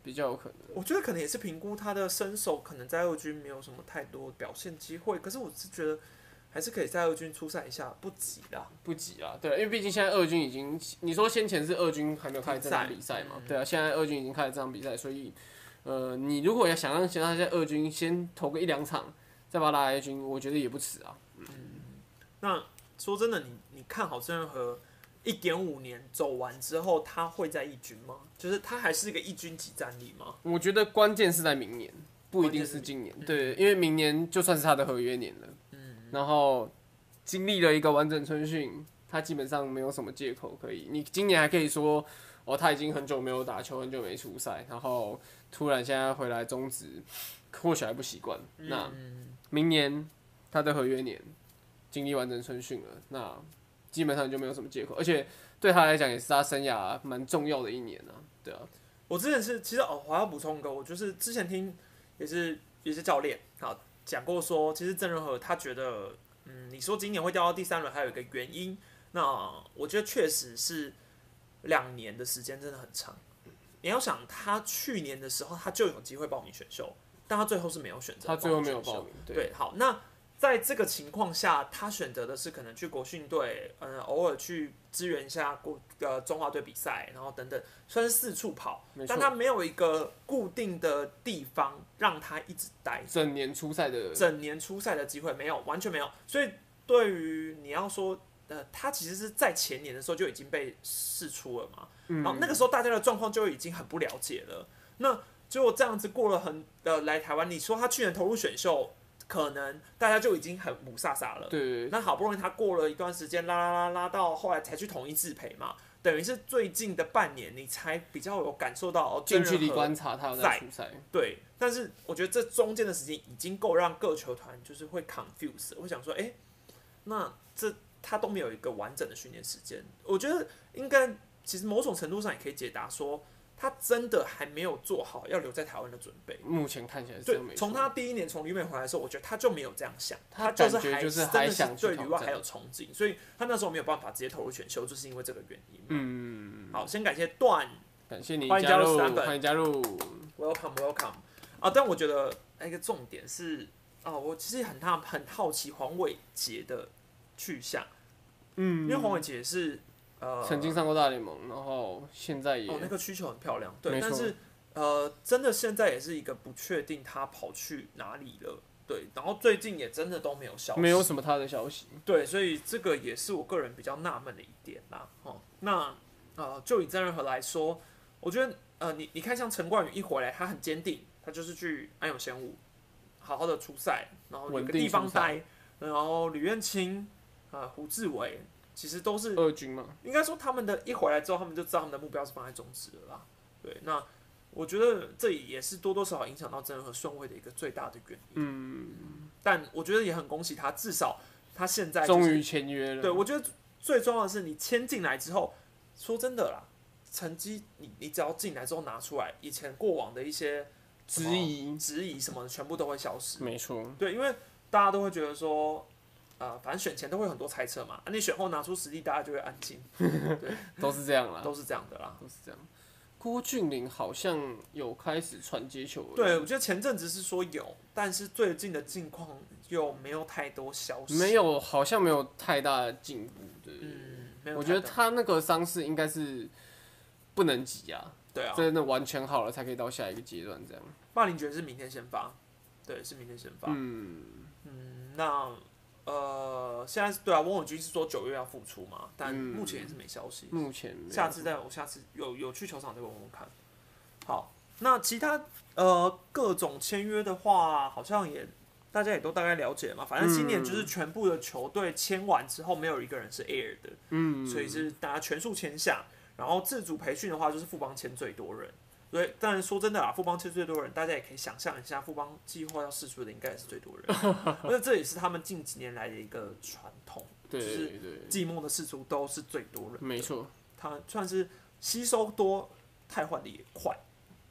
比较有可能。我觉得可能也是评估他的身手，可能在二军没有什么太多表现机会，可是我是觉得还是可以在二军出赛一下，不急啦。不急啦，对，因为毕竟现在二军已经，你说先前是二军还没有开始这场停赛比赛嘛，对啊，现在二军已经开始这场比赛，所以，呃，你如果要想让其他在二军先投个一两场，再把他拉来 A 军，我觉得也不迟啊。那说真的，你你看好郑仁和一点五年走完之后，他会在一军吗？就是他还是一个一军级战力吗？我觉得关键是在明年，不一定是今年。对，因为明年就算是他的合约年了。嗯。然后经历了一个完整春训，他基本上没有什么借口可以。你今年还可以说，哦，他已经很久没有打球，很久没出赛，然后突然现在回来中职，或许还不习惯。那嗯明年他的合约年经历完整春训了，那基本上就没有什么借口，而且对他来讲也是他生涯蛮重要的一年啊。对啊，我之前是其实哦，我还要补充一个，我就是之前听也是也是教练啊讲过说，其实郑仁和他觉得，嗯，你说今年会掉到第三轮，还有一个原因，那我觉得确实是两年的时间真的很长。你要想，他去年的时候他就有机会报名选秀，但他最后是没有选择，他最后没有选秀报名。对。对，好，那在这个情况下，他选择的是可能去国训队，嗯、偶尔去支援一下国呃中华队比赛，然后等等，算是四处跑没，但错他没有一个固定的地方让他一直待，整年初赛的整年出赛的机会没有，完全没有。所以对于你要说，呃，他其实是在前年的时候就已经被试出了嘛，嗯然后那个时候大家的状况就已经很不了解了。那结果这样子过了很呃来台湾，你说他去年投入选秀，可能大家就已经很母萨萨了。对对对，那好不容易他过了一段时间，拉拉拉拉到后来才去统一自培嘛，等于是最近的半年你才比较有感受到哦，近距离真人和观察他有在初赛，对，但是我觉得这中间的时间已经够让各球团就是会 confuse，会想说，哎、那这他都没有一个完整的训练时间。我觉得应该其实某种程度上也可以解答说，他真的还没有做好要留在台湾的准备。目前看起来是这对样没，错从他第一年从旅美回来的时候，我觉得他就没有这样想，他他就是感觉还就是真还的是想去对挑旅外战还有憧憬，所以他那时候没有办法直接投入选秀，就是因为这个原因。嗯，好，先感谢段感谢你欢迎加加入入， Stanford 欢迎加入。 ，welcome welcome 啊！但我觉得一个重点是啊，我其实很好很好奇黄伟杰的去向，嗯，因为黄伟杰是呃曾经上过大联盟，然后现在也哦，那个需求很漂亮，对，没错但是呃，真的现在也是一个不确定他跑去哪里了，对，然后最近也真的都没有消息，没有什么他的消息。对，所以这个也是我个人比较纳闷的一点啦。哦，那呃，就以曾仁和来说，我觉得呃，你你看像陈冠宇一回来，他很坚定，他就是去安永贤武好好的出赛，然后有稳个定地出方赛待，然后吕彦青啊、呃胡志伟，其实都是二军嘛，应该说他们的一回来之后，他们就知道他们的目标是放在中职了啦。对，那我觉得这也是多多少少影响到真人和顺位的一个最大的原因。嗯，但我觉得也很恭喜他，至少他现在、就是、终于签约了。对，我觉得最重要的是你签进来之后，说真的啦，成绩你你只要进来之后拿出来，以前过往的一些质疑，质疑什么的，全部都会消失。没错，对，因为大家都会觉得说，呃，反正选前都会有很多猜测嘛，啊、你选后拿出实力，大家就会安静，都是这样啦，都是这样的啦。都是这样。郭俊霖好像有开始传接球了，对，我觉得前阵子是说有，但是最近的近况又没有太多消息。没，有，好像没有太大的进步。对，嗯，没有我太觉得多他那个伤势应该是不能急啊，对啊，真的完全好了才可以到下一个阶段这样。霸凌爵是明天先发，对，是明天先发。嗯，嗯，那呃，现在是对啊，翁永军是说九月要复出嘛，但嗯目前也是没消息。目前没有下次再我下次有有去球场再问问看。好，那其他呃各种签约的话，好像也大家也都大概了解嘛。反正今年嗯就是全部的球队签完之后，没有一个人是 air 的，嗯，所以是大家全数签下。然后自主培训的话，就是富邦签最多人。所以，但说真的啊啦，富邦签最多人，大家也可以想象一下，富邦计划要试出的应该也是最 (laughs) 多人，而且这也是他们近几年来的一个传统，对就是对对，季末的试出都是最多人的。没错，它算是吸收多，汰换的也快。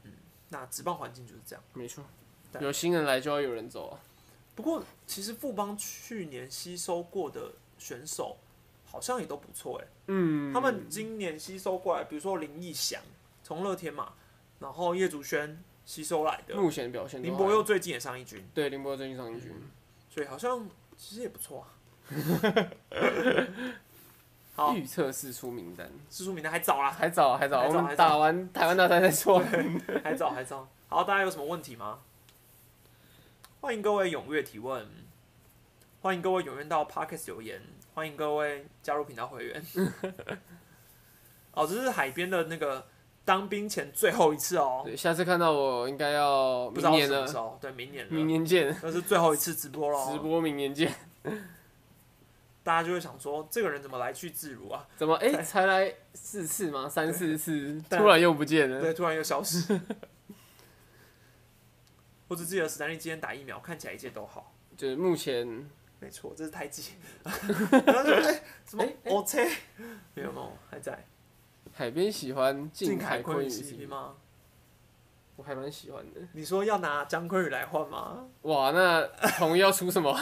嗯，那职棒环境就是这样。没错。但有新人来就要有人走啊，不过，其实富邦去年吸收过的选手好像也都不错哎、嗯，他们今年吸收过来，比如说林义祥从乐天嘛，然后叶竹轩吸收来的，目前表现都林还柏佑最近也上一军，对林柏佑最近上一军，所以好像其实也不错啊。好，预测四出名单，四叔名单还早啦，还早还早，还早我还们早打完台湾大赛再说。还早还早。好，大家有什么问题吗？欢迎各位踊跃提问，欢迎各位踊跃到 Pockets 留言，欢迎各位加入频道会员。哦，这是海边的那个当兵前最后一次哦，对，下次看到我应该要不知道哦明什年么时了，候，对，明年明了，年见，那是最后一次直播喽。直播明年见。大家就会想说，这个人怎么来去自如啊？怎么哎、才来四次吗？三四次，突然又不见了。对，突然又消失。 (laughs) 我只记得史丹利今天打疫苗，看起来一切都好。就是目前没错，这是胎 (laughs) 记。然后就哎，什么哎哎我猜，没有没有，还在。海边喜欢近海昆昆宇宇 CP CP 吗？我还蛮喜欢的。你说要拿姜昆宇来换吗？哇，那同意要出什么？ (laughs)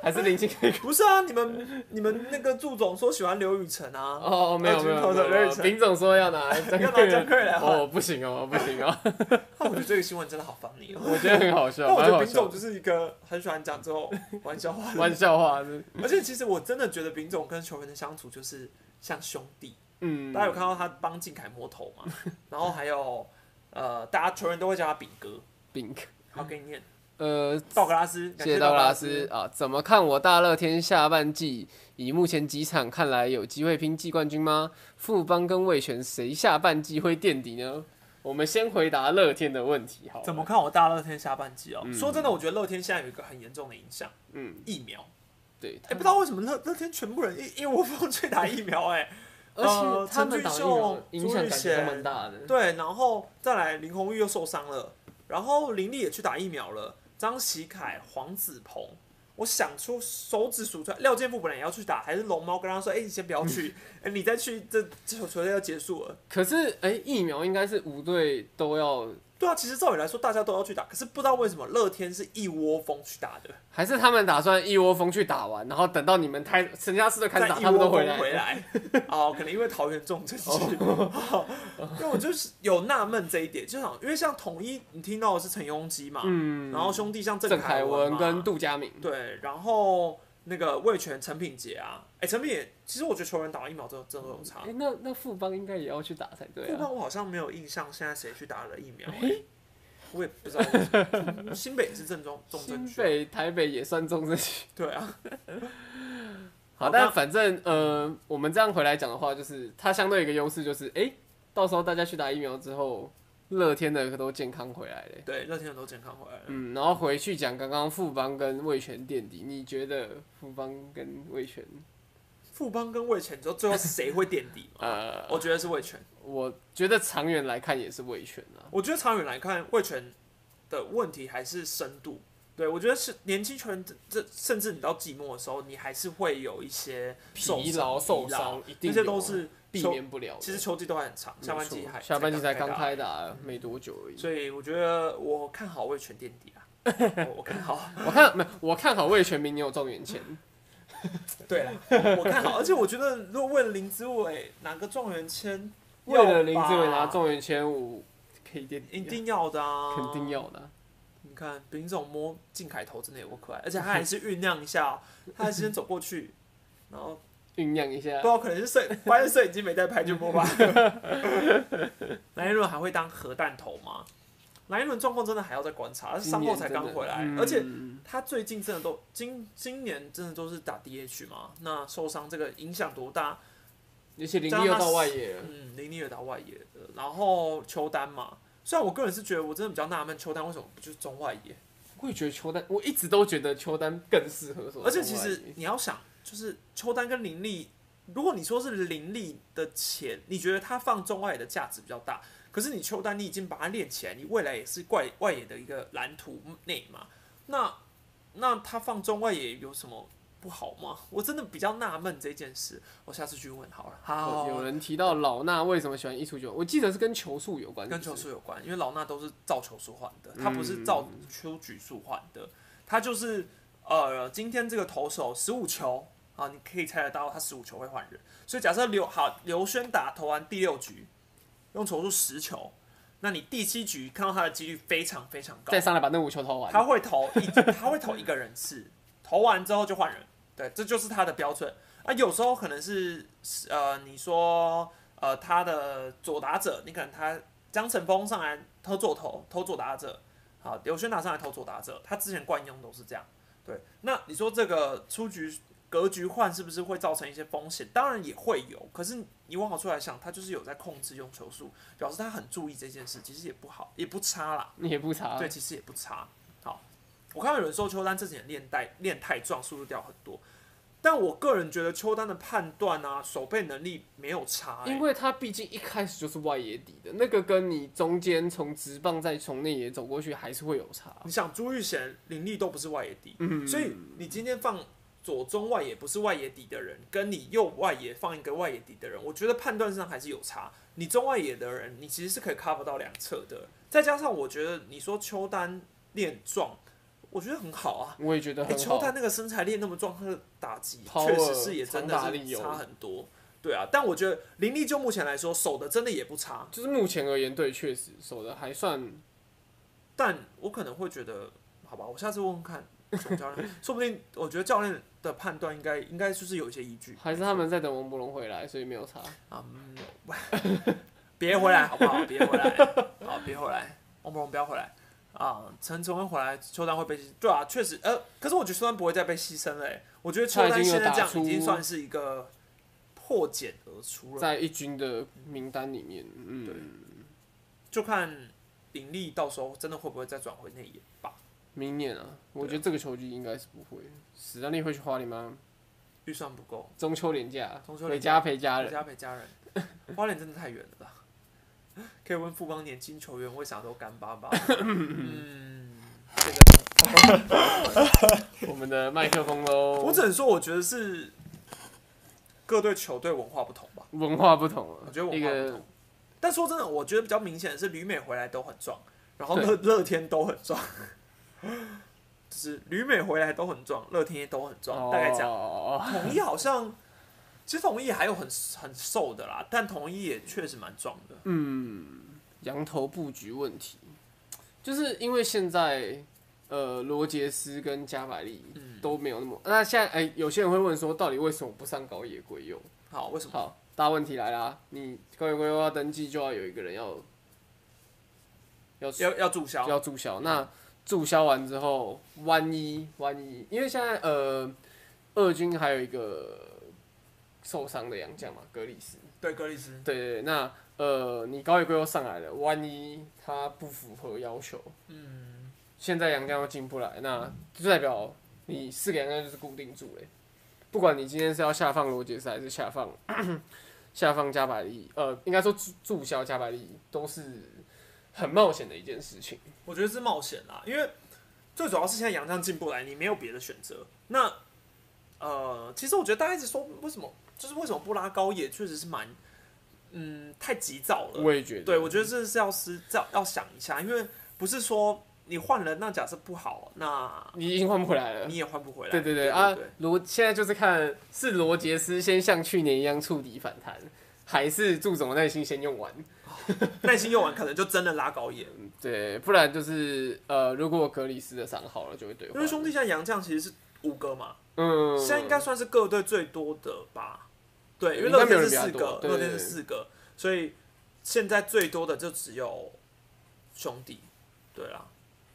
还是林静可以？不是啊，你 (laughs) 们你们那个祝总说喜欢刘雨辰啊，哦，没有没有，没有没有丙总说要拿 (laughs) 张要克拿姜昆宇来换。哦，不行哦，不行哦，那我觉得这个新闻真的好烦 (laughs) 你哦。我觉得很好笑， (laughs) 但我觉啊蛮得好丙笑总的，就是一个很喜欢讲这种玩笑话的人，玩笑话是，而且其实我真的觉得丙总跟球员的相处就是像兄弟。嗯，大家有看到他帮靖凯摸头嘛？然后还有呃，大家球员都会叫他丙哥。丙，好，给你念呃，道格拉斯，感谢谢道道格格拉拉斯。啊！怎么看我大乐天下半季？以目前几场看来，有机会拼季冠军吗？富邦跟魏权谁下半季会垫底呢？我们先回答乐天的问题好了，怎么看我大乐天下半季哦？说真的，我觉得乐天现在有一个很严重的影响，嗯，疫苗。对？哎、不知道为什么乐乐天全部人一一窝蜂去打疫苗、哎，而呃且他陈们俊打疫秀苗影响感觉都蛮大的，对，然后再来林红玉又受伤了，然后林立也去打疫苗了，张喜凯、黄子鹏，我想出手指数出来，廖健富本来也要去打，还是龙猫跟他说：“哎、你先不要 (laughs) 去，哎、你再去，这这球球队要结束了。可是哎、疫苗应该是五队都要，”对啊，其实照理来说大家都要去打，可是不知道为什么乐天是一窝蜂去打的，还是他们打算一窝蜂去打完，然后等到你们开陈家四队开再始打，一他窝们蜂都回回来哦了。 (laughs) 来。哦，可能因为桃园重镇区， (laughs) 因为我就是有纳闷这一点，就想因为像统一，你听到的是陈庸基嘛，嗯，然后兄弟像郑郑凯文文嘛跟杜佳明，对，然后那个魏权陈品杰啊，哎、陈品杰，其实我觉得球员打完疫苗之后真的有差哎、。那那富邦应该也要去打才对不啊。然我好像没有印象，现在谁去打了疫苗、欸？我也不知道为什么。嗯新北也是正中重症新区，啊北、台北也算中 (laughs) 正区。对啊，好，好但那反正呃，我们这样回来讲的话，就是它相对一个优势就是，哎、到时候大家去打疫苗之后，乐天的都健康回来了。对，乐天人都健康回来了。嗯，然后回去讲刚刚富邦跟魏权垫底，你觉得富邦跟魏权？富邦跟魏权，你知道最后谁会垫 (laughs) 底吗？呃，我觉得是魏权。我觉得长远来看也是魏权啊。我觉得长远来看，魏权的问题还是深度。对，我觉得是年轻球员，这这甚至你到季末的时候，你还是会有一些受疲劳受受伤一这定些有都啊是避球免不了的。其实球季都还很长，下半季没错还下半季才刚打嗯开打没多久而已。所以我觉得我看好魏权垫 (laughs) 底啊，我我看好。我看没有，我看好魏全明年有状元签，对啦，我看好，而且我觉得如果为了林志伟拿个状元签，为了林志伟拿要吧状元签，我可以垫一底定要的啊，啊，肯定。要的啊。你看丙总摸靖凯头真的有够可爱，而且他还是酝酿一下哦，他还是先走过去，然后酝酿一不下知，道啊可能是摄，发现摄影机没带拍就摸吧。蓝一伦还会当核弹头吗？蓝一伦状况真的还要再观察，他伤啊后才刚回来，今年真的而且嗯他最近真的都今今年真的都是打 DH 嘛，那受伤这个影响多大？而且零六到外野了，嗯，林立也打外野的，然后邱丹嘛，虽然我个人是觉得我真的比较纳闷邱丹为什么不就是中外野，我也觉得邱丹，我一直都觉得邱丹更适合守中外野。而且其实你要想，就是邱丹跟林立，如果你说是林立的钱，你觉得他放中外野的价值比较大，可是你邱丹你已经把他练起来，你未来也是怪外野的一个蓝图内嘛，那那他放中外野有什么？不好吗？我真的比较纳闷这件事，我下次去问好了。好，有人提到老纳为什么喜欢一出九，我记得是跟球速有关，跟是球不是速有关，因为老纳都是照球速换的，嗯他不是照出局数换的，他就是呃，今天这个投手十五球啊，你可以猜得到他十五球会换人，所以假设刘好刘轩打投完第六局，用球数十球，那你第七局看到他的几率非常非常高再，上来把那五球投完。他会投一他会投一个人次，投完之后就换人，对，这就是他的标准。啊，有时候可能是呃，你说呃，他的左打者，你可能他江晨峰上来投左投，投左打者，好，刘轩达上来投左打者，他之前惯用都是这样。对，那你说这个出局格局换是不是会造成一些风险？当然也会有，可是你往好处来想，他就是有在控制用球数，表示他很注意这件事，其实也不好，也不差啦。你也不查，对，啊其实也不差。好，我看到有人说邱丹这几年练带练太壮，速度掉很多，但我个人觉得邱丹的判断啊、守备能力没有差、欸，因为他毕竟一开始就是外野底的，那个跟你中间从直棒再从内野走过去还是会有差。嗯你想朱玉贤、林立都不是外野底，所以你今天放左中外野不是外野底的人，跟你右外野放一个外野底的人，我觉得判断上还是有差。你中外野的人，你其实是可以 cover 到两侧的。再加上我觉得你说邱丹练壮，我觉得很好啊。我也觉得哎，很邱好。丹那个身材练那么壮，他的打击 Power，确实是也真的长打力是有差很多。对啊，但我觉得林立就目前来说，守的真的也不差。就是目前而言，对，确实守的还算但我可能会觉得，好吧，我下次问问看总教 (laughs) 练，说不定我觉得教练的判断应该应该就是有一些依据。还是他们在等王博龙回来，所以没有差。啊，嗯， (laughs) 别回来好不好？别回来，好，别回 (laughs) 来，王柏荣不要回来啊！陈崇恩回来，邱丹会被牺对啊，确实，呃，可是我觉得邱丹不会再被牺牲了、欸，我觉得邱他丹已经有现在这样打出已经算是一个破茧而出了，在一军的名单里面，嗯，就看林立到时候真的会不会再转回内野吧。明年啊，我觉得这个球季应该是不会。史丹利会去花莲吗？预算不够，中秋连假，中秋回连家假陪 (laughs) 家人。家陪家人，花莲真的太远了吧？ (laughs) 可以问富邦年轻球员为啥都干巴巴？嗯，这个我们的麦克风喽，我只能说，我觉得是各队球队文化不同吧。文化不同了，我觉得文一化不个同。但说真的，我觉得比较明显的是旅美回来都很壮，然后对乐乐天都很壮， (laughs) 就是旅美回来都很壮，乐天也都很壮，大概这样。哦，统一好像，其实统一还有很很瘦的啦，但统一也确实蛮壮的。嗯羊头布局问题，就是因为现在呃罗杰斯跟加百利都没有那么，那现在哎、有些人会问说，到底为什么不上高野圭佑？好，为什么？好，大问题来啦，你高野圭佑要登记，就要有一个人要要要要注销？要注销。那注销完之后，万一万一，因为现在呃，二军还有一个受伤的洋将嘛，格里斯。对，格里斯。对对对，那呃，你高野圭又上来了，万一他不符合要求，嗯，现在洋将又进不来，那就代表你四个洋将就是固定住嘞。不管你今天是要下放罗杰斯还是下放 (clears throat) 下放加百利，呃，应该说注注销加百利都是很冒险的一件事情。我觉得是冒险啦，因为最主要是现在杨绛进不来，你没有别的选择。那呃，其实我觉得大家一直说为什么，就是为什么不拉高也确实是蛮，嗯，太急躁了。我也觉得，对，我觉得这是要思要要想一下，因为不是说你换人，那假设不好，那你已经换不回来了你。也换不回来。对对对对啊，罗现在就是看是罗杰斯先像去年一样触底反弹，还是祝总的耐心先用完。耐心用完可能就真的拉高 (laughs) 也，对，不然就是呃，如果格里斯的伤好了，就会对换。因为兄弟现在杨绛其实是五个嘛，嗯，现在应该算是各队最多的吧？对，因为应该乐没有天人是比他四多个，对乐对天是对四个，所以现在最多的就只有兄弟，对啦。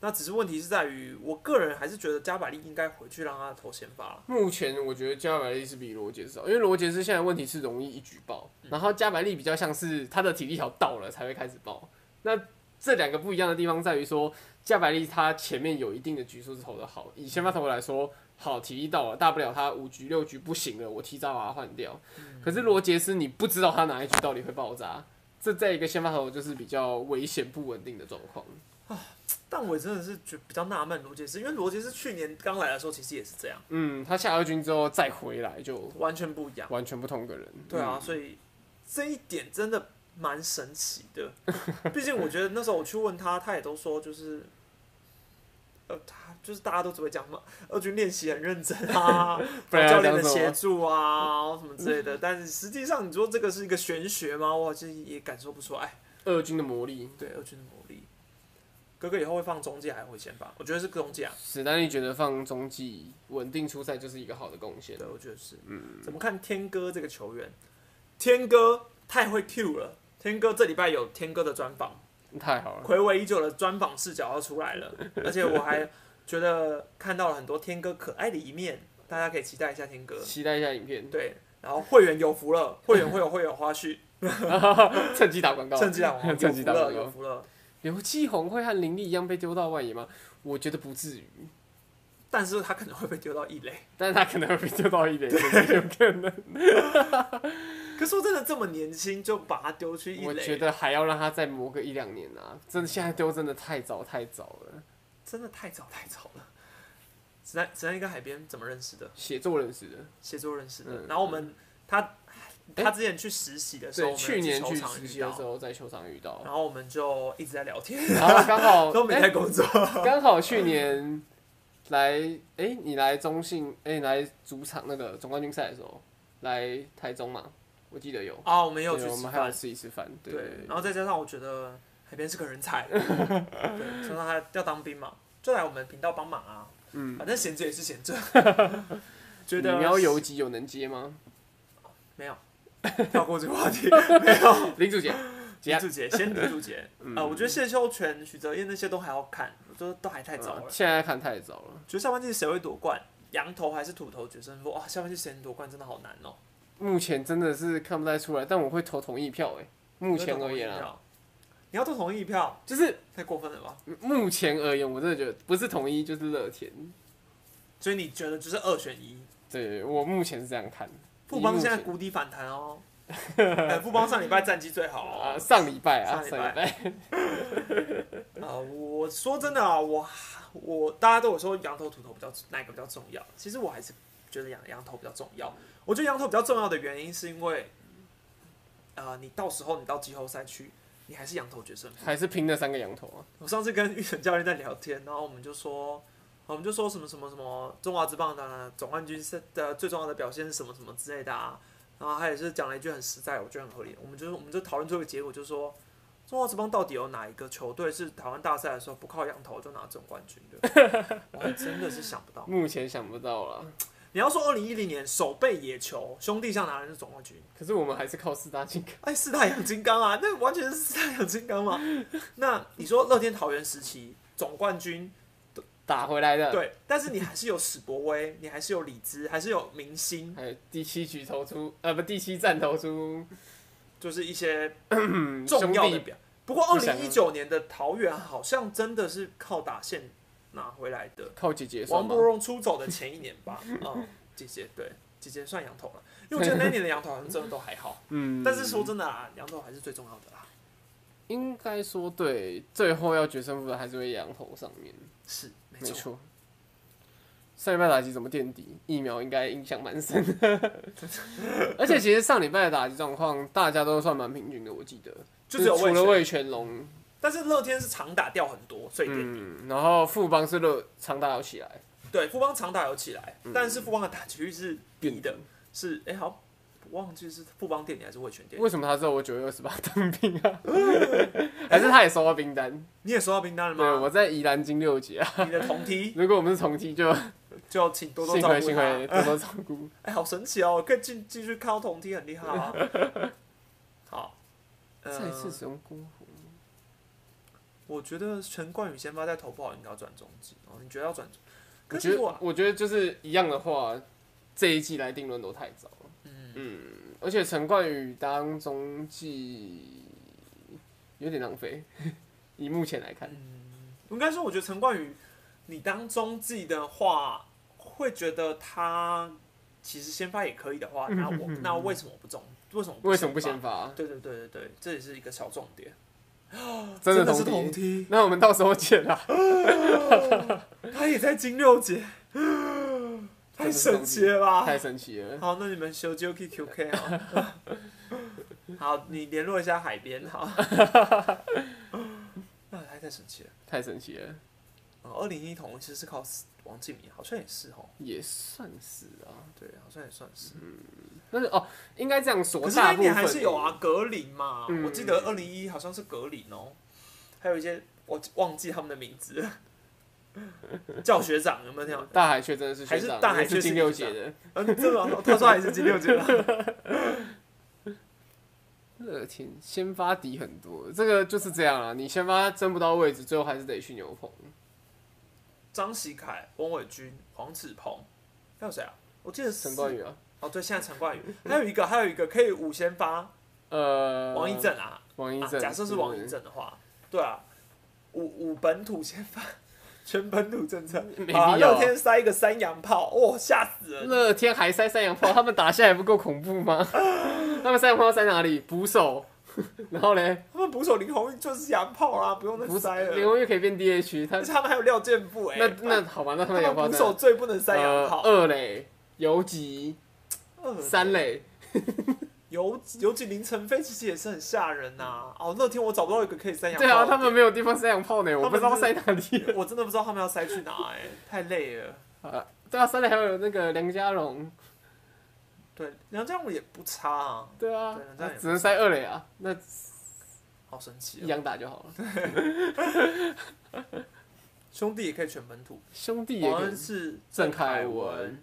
那只是问题是在于，我个人还是觉得加百利应该回去让他投先发啦目前我觉得加百利是比罗杰斯好，因为罗杰斯现在问题是容易一举爆，然后加百利比较像是他的体力条到了才会开始爆。那这两个不一样的地方在于说，加百利他前面有一定的局数是投的好，以先发投手来说，好体力到了，大不了他五局六局不行了，我提早把他换掉。可是罗杰斯你不知道他哪一局到底会爆炸，这在一个先发投手就是比较危险不稳定的状况。但我真的是觉得比较纳闷罗杰斯，因为罗杰斯去年刚来的时候其实也是这样，嗯，他下二军之后再回来就完全不一样。完全不同个人。对啊，所以这一点真的蛮神奇 (laughs) 的。毕竟我觉得那时候我去问他，他也都说就是，呃，他就是大家都只会讲什么二军练习很认真啊， (laughs) 不然有要教练讲的什么协助啊，然后什么之类 (laughs) 的。但是实际上，你说这个是一个玄学吗？我其实也感受不出来。哎嗯二军的魔力，对二军的魔力，哥哥以后会放中介还会先发，我觉得是中介啊。史丹利觉得放中继稳定出赛就是一个好的贡献对，。我觉得是。嗯怎么看天哥这个球员？天哥太会 Q 了。天哥这礼拜有天哥的专访。太好了，暌违已久的专访视角要出来 (laughs) 了，而且我还觉得看到了很多天哥可爱的一面，大家可以期待一下天哥。期待一下影片， (laughs) 对，然后会员有福了，会员会有会有花絮，趁机打广告。趁机打广告，有 (laughs) 趁机福打了，广有告。福了。刘继宏会和林立一样被丢到外野吗？我觉得不至于，但是他可能会被丢到异类。但是他可能会被丢 (laughs) 到一垒，有可能。可说真的，这么年轻就把他丢去异我觉类，得还要让他再磨个一两年啊！真的，现在丢真的太早太早了。真的太早太早了。只在只在一个海边怎么认识的？写作人士的，写作认识的。嗯然后我们他哎他之前去实习的时候，对，我们去年球去场实遇习的到时候在球场遇到，然后我们就一直在聊天，然后刚 (laughs) 好都没哎在工作。 (laughs) 刚好去年来，哎、你来中信，哎、你来主场那个总冠军赛的时候，来台中嘛，我记得有，啊，我们也有去对我吃们还有饭，吃一次饭，对，对，然后再加上我觉得海边是个人 (laughs) 才，对，加上他要当兵嘛，就来我们频道帮忙啊，嗯，反正闲着也是闲 (laughs) 着，觉得你瞄游击有能接 (clears throat) 吗？没有跳过这个话 (laughs) 题，林主姐，李柱杰先李柱杰，嗯啊，我觉得谢秀全、许哲彦那些都还要看，我觉得都还太早了呃，现在看太早了，觉得下半季谁会夺冠，羊头还是土头决胜负啊？下半季谁能夺冠真的好难哦，目前真的是看不太出来，但我会投同意票、哎，目前而言啊，，你要投同意票，就是太过分了吧？目前而言，我真的觉得不是统一就是乐天，所以你觉得就是二选一？对我目前是这样看，富邦以目现在前谷底反弹哦，哎，富邦上礼拜战绩最好啊，啊、上礼拜啊，上礼上礼拜，呃我说真的啊，我我大家都有说羊头土头比较哪个比较重要，其实我还是觉得羊羊头比较重要。我觉得羊头比较重要的原因是因为，呃，你到时候你到季后赛去，你还是羊头决胜负。还是拼那三个羊头啊，我上次跟玉成教练在聊天，然后我们就说，我们就说什么什么什么中华职棒的总冠军是的最重要的表现是什么什么之类的啊。然后他也是讲了一句很实在，我觉得很合理。我们就是我们就讨论出一个结果，就是说中华职棒到底有哪一个球队是台湾大赛的时候不靠羊头就拿总冠军的？ (laughs) 我还真的是想不到。目前想不到了。你要说二零一零年守备野球兄弟象拿的是总冠军，可是我们还是靠四大进哎，四大洋金刚啊，那完全是四大洋金刚嘛。 (laughs) 那你说乐天桃园时期总冠军打回来的。，对，但是你还是有史博威， (laughs) 你还是有李兹，还是有明星，还有哎第七局投出，呃，不，第七站投出就是一 (clears throat) 些嗯重兄要的弟表。不过，二不想零一九年的桃园好像真的是靠打线拿回来的。靠姐姐算王吗柏？荣出走的前一年吧， (laughs) 嗯，姐姐对姐姐算羊头了，因为我觉得那一年的羊头好像真的都还好。嗯，但是说真的啊，羊头还是最重要的啦。应该说对，最后要决胜负的还是会羊头上面，是，没没错，错。上礼拜打击怎么垫底？疫苗应该影响蛮深的， (laughs) 而且其实上礼拜的打击状况大家都算蛮平均的，我记得，就只有是除了魏魏全龙，但是乐天是长打掉很多，所以垫底。嗯，然后富邦是乐长打有起来，对，富邦长打有起来，但是富邦的打击率是低的嗯变，是哎、好，我忘记是富邦店里还是味全店里。为什么他知道我九月二十八当兵 (laughs) 啊？还是他也收到兵单？你也收到名单了对，吗？我在宜兰金六节啊。你的同 (laughs) 梯如果我们是重踢，就就请多多幸照亏顾幸他。亏哎、多多照顾。好神奇哦，可以继继续看到同梯，很厉害 (laughs) 啊。好，再呃，次使用孤火，我觉得陈冠宇先发在投不好，应该要转中继哦。你觉得要转中？我可觉是得我我觉得就是一样的话，这一季来定论都太早了。嗯，而且陈冠宇当中继有点浪费， (laughs) 以目前来看，嗯应该说，我觉得陈冠宇，你当中继的话，会觉得他其实先发也可以的嗯话，那我那为什么不中？为什么为什么不发先发？对对对对对，这也是一个小重点，真的是同同踢。梯，那我们到时候见啊啦。他也在金六 (laughs) 节，太神奇了吧！太神奇了。好，那你们修 j o k QK 啊。 (laughs) 好，你联络一下海边 (laughs) 好。那他太神奇了。哦太神奇了，二零一同其实是靠王敬明，好像也是哦，也算是啊。对，好像也算是。但是哦，应该这样说，可是大那一部分年还是有啊，格林嘛，嗯我记得二零一好像是格林哦，还有一些我忘记他们的名字了，教学长有没有听到？大海雀真的是学长还是大海雀是也是金学六长姐的。嗯，这个他说还是金六节了，乐天先发底很多，这个就是这样啊。你先发争不到位置，最后还是得去牛棚。张喜凯、翁伟君、黄子鹏，还有谁啊？我记得是陈冠宇啊，哦，对，现在陈冠宇，还有一个，还有一个可以五先发呃，王一，正啊，王一啊正，嗯假设是王一正的话，对啊，五五本土先发，全本土政策，没必要啊，乐天塞一个三洋炮，哦，吓死嗯。人！乐天还塞三洋炮，他们打下来不够恐怖 (laughs) 吗？他们三洋炮塞哪里？捕手， (laughs) 然后嘞，他们捕手林红玉就是洋炮啦，不用再捕手塞林了。红玉可以变 DH，他而且他们还有廖健富哎、那那好吧，那他他们洋炮们捕手呢？最不能塞洋呃，炮，二垒游击，二三垒尤尤其林晨飞其实也是很吓人呐、哦，那天我找不到一个可以塞洋炮对的，啊，他们没有地方塞洋炮呢，我不知道塞哪里。 (laughs) 我真的不知道他们要塞去哪哎、太累了。啊对啊，三垒还有那个梁家荣，对，梁家荣也不差啊，对啊对梁家荣，也不只能塞二垒啊，那好神奇一哦。样打就好了。 (laughs) 兄弟也可以全本土，兄弟也王可恩以，是郑凯凯文、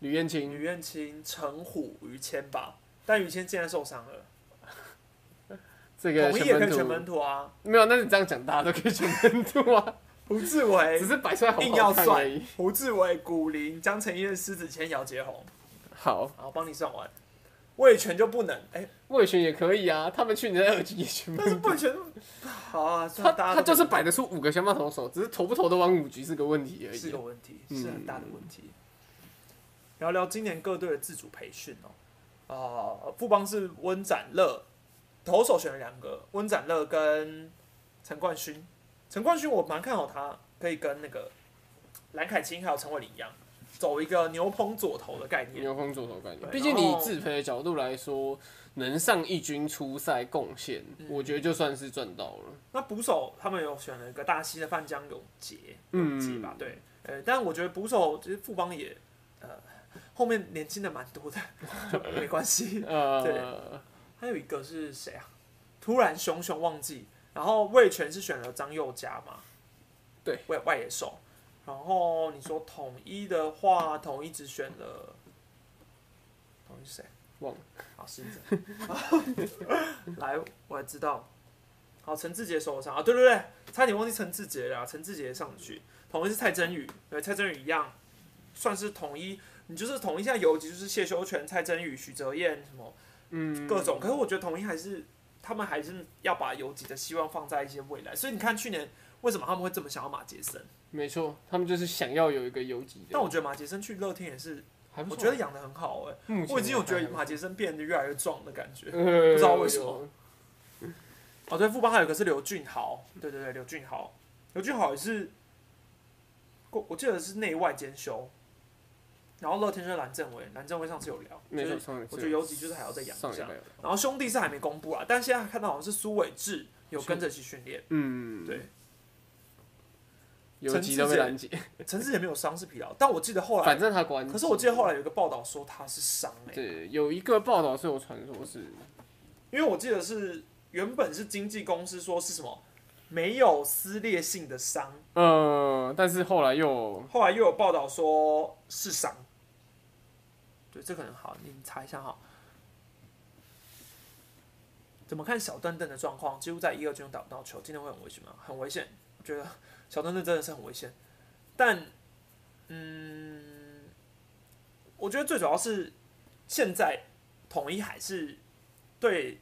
吕彦吕青，彦青、陈虎、于谦吧，但于谦现在受伤了，这个统一也全可本以全本土土啊，没有，那你这样讲，大家都可以全本土 (laughs) 啊，胡志伟只是摆出来好哎硬不要好看而算已。胡志伟、古林、江承彦、狮子谦、姚杰宏，好，好，帮你算完。魏全就不能，哎、魏权也可以啊，他们去年的二级也全但是本土。魏全，好啊，他算大家他就是摆得出五个先发投手，只是投不投得完五局是个问题而是已个。问题，是很大的问题。聊聊今年各队的自主培训哦，呃，富邦是温展乐，投手选了两个，温展乐跟陈冠勋。陈冠勋我蛮看好他可以跟那个蓝凯钦还有陈伟林一样，走一个牛棚左投的概念。牛棚左投概念。对毕竟然你后自培的角度来说，能上一军出赛贡献，嗯我觉得就算是赚到了。那捕手他们有选了一个大西的范江永杰，嗯永杰吧，对，呃，但我觉得捕手其实富邦也呃后面年轻的蛮多的，就没关系。呃，还有一个是谁啊？突然熊熊忘记，然后魏权是选了张佑嘉嘛？对，外外野手。然后你说统一的话，统一只选了，统一是谁？忘了。好，是这样。 (laughs) 来，我还知道。好，陈志杰手上啊，对对对，差点忘记陈志杰了啊。陈志杰上去，统一是蔡真宇，对，蔡真宇一样，算是统一。你就是统一下游击，就是谢修全、蔡真宇、许哲彦什么嗯，各种。可是我觉得统一还是他们还是要把游击的希望放在一些未来，所以你看去年为什么他们会这么想要马杰森？没错，他们就是想要有一个游击的。但我觉得马杰森去乐天也是，还不我错觉得养的很好哎、目前我已经有觉还得不错马杰森变得越来越壮的感觉。呃不知道为什么。哦，对，富邦还有一个是刘俊豪，对对对，刘俊豪，刘俊豪也是，我我记得是内外兼修，然后乐天就是蓝正伟，蓝正伟上次有聊，没就错，是上一次我觉得游击就是还要再养上一一下，辈有然后兄弟是还没公布啊，但现在看到好像是苏伟志有跟着去训练，嗯，对，游击都被拦截，陈志也没有伤是疲劳，但我记得后来，反正他管。可是我记得后来有一个报道说他是伤哎、对有一个报道是有传说是因为我记得是原本是经纪公司说是什么没有撕裂性的伤，呃，但是后来又后来又有报道说是伤。对，这可能好，你查一下哈。怎么看小邓邓的状况？几乎在一二军打不到球，今天会很危险吗？很危险，我觉得小邓邓真的是很危险。但，嗯，我觉得最主要是现在统一还是对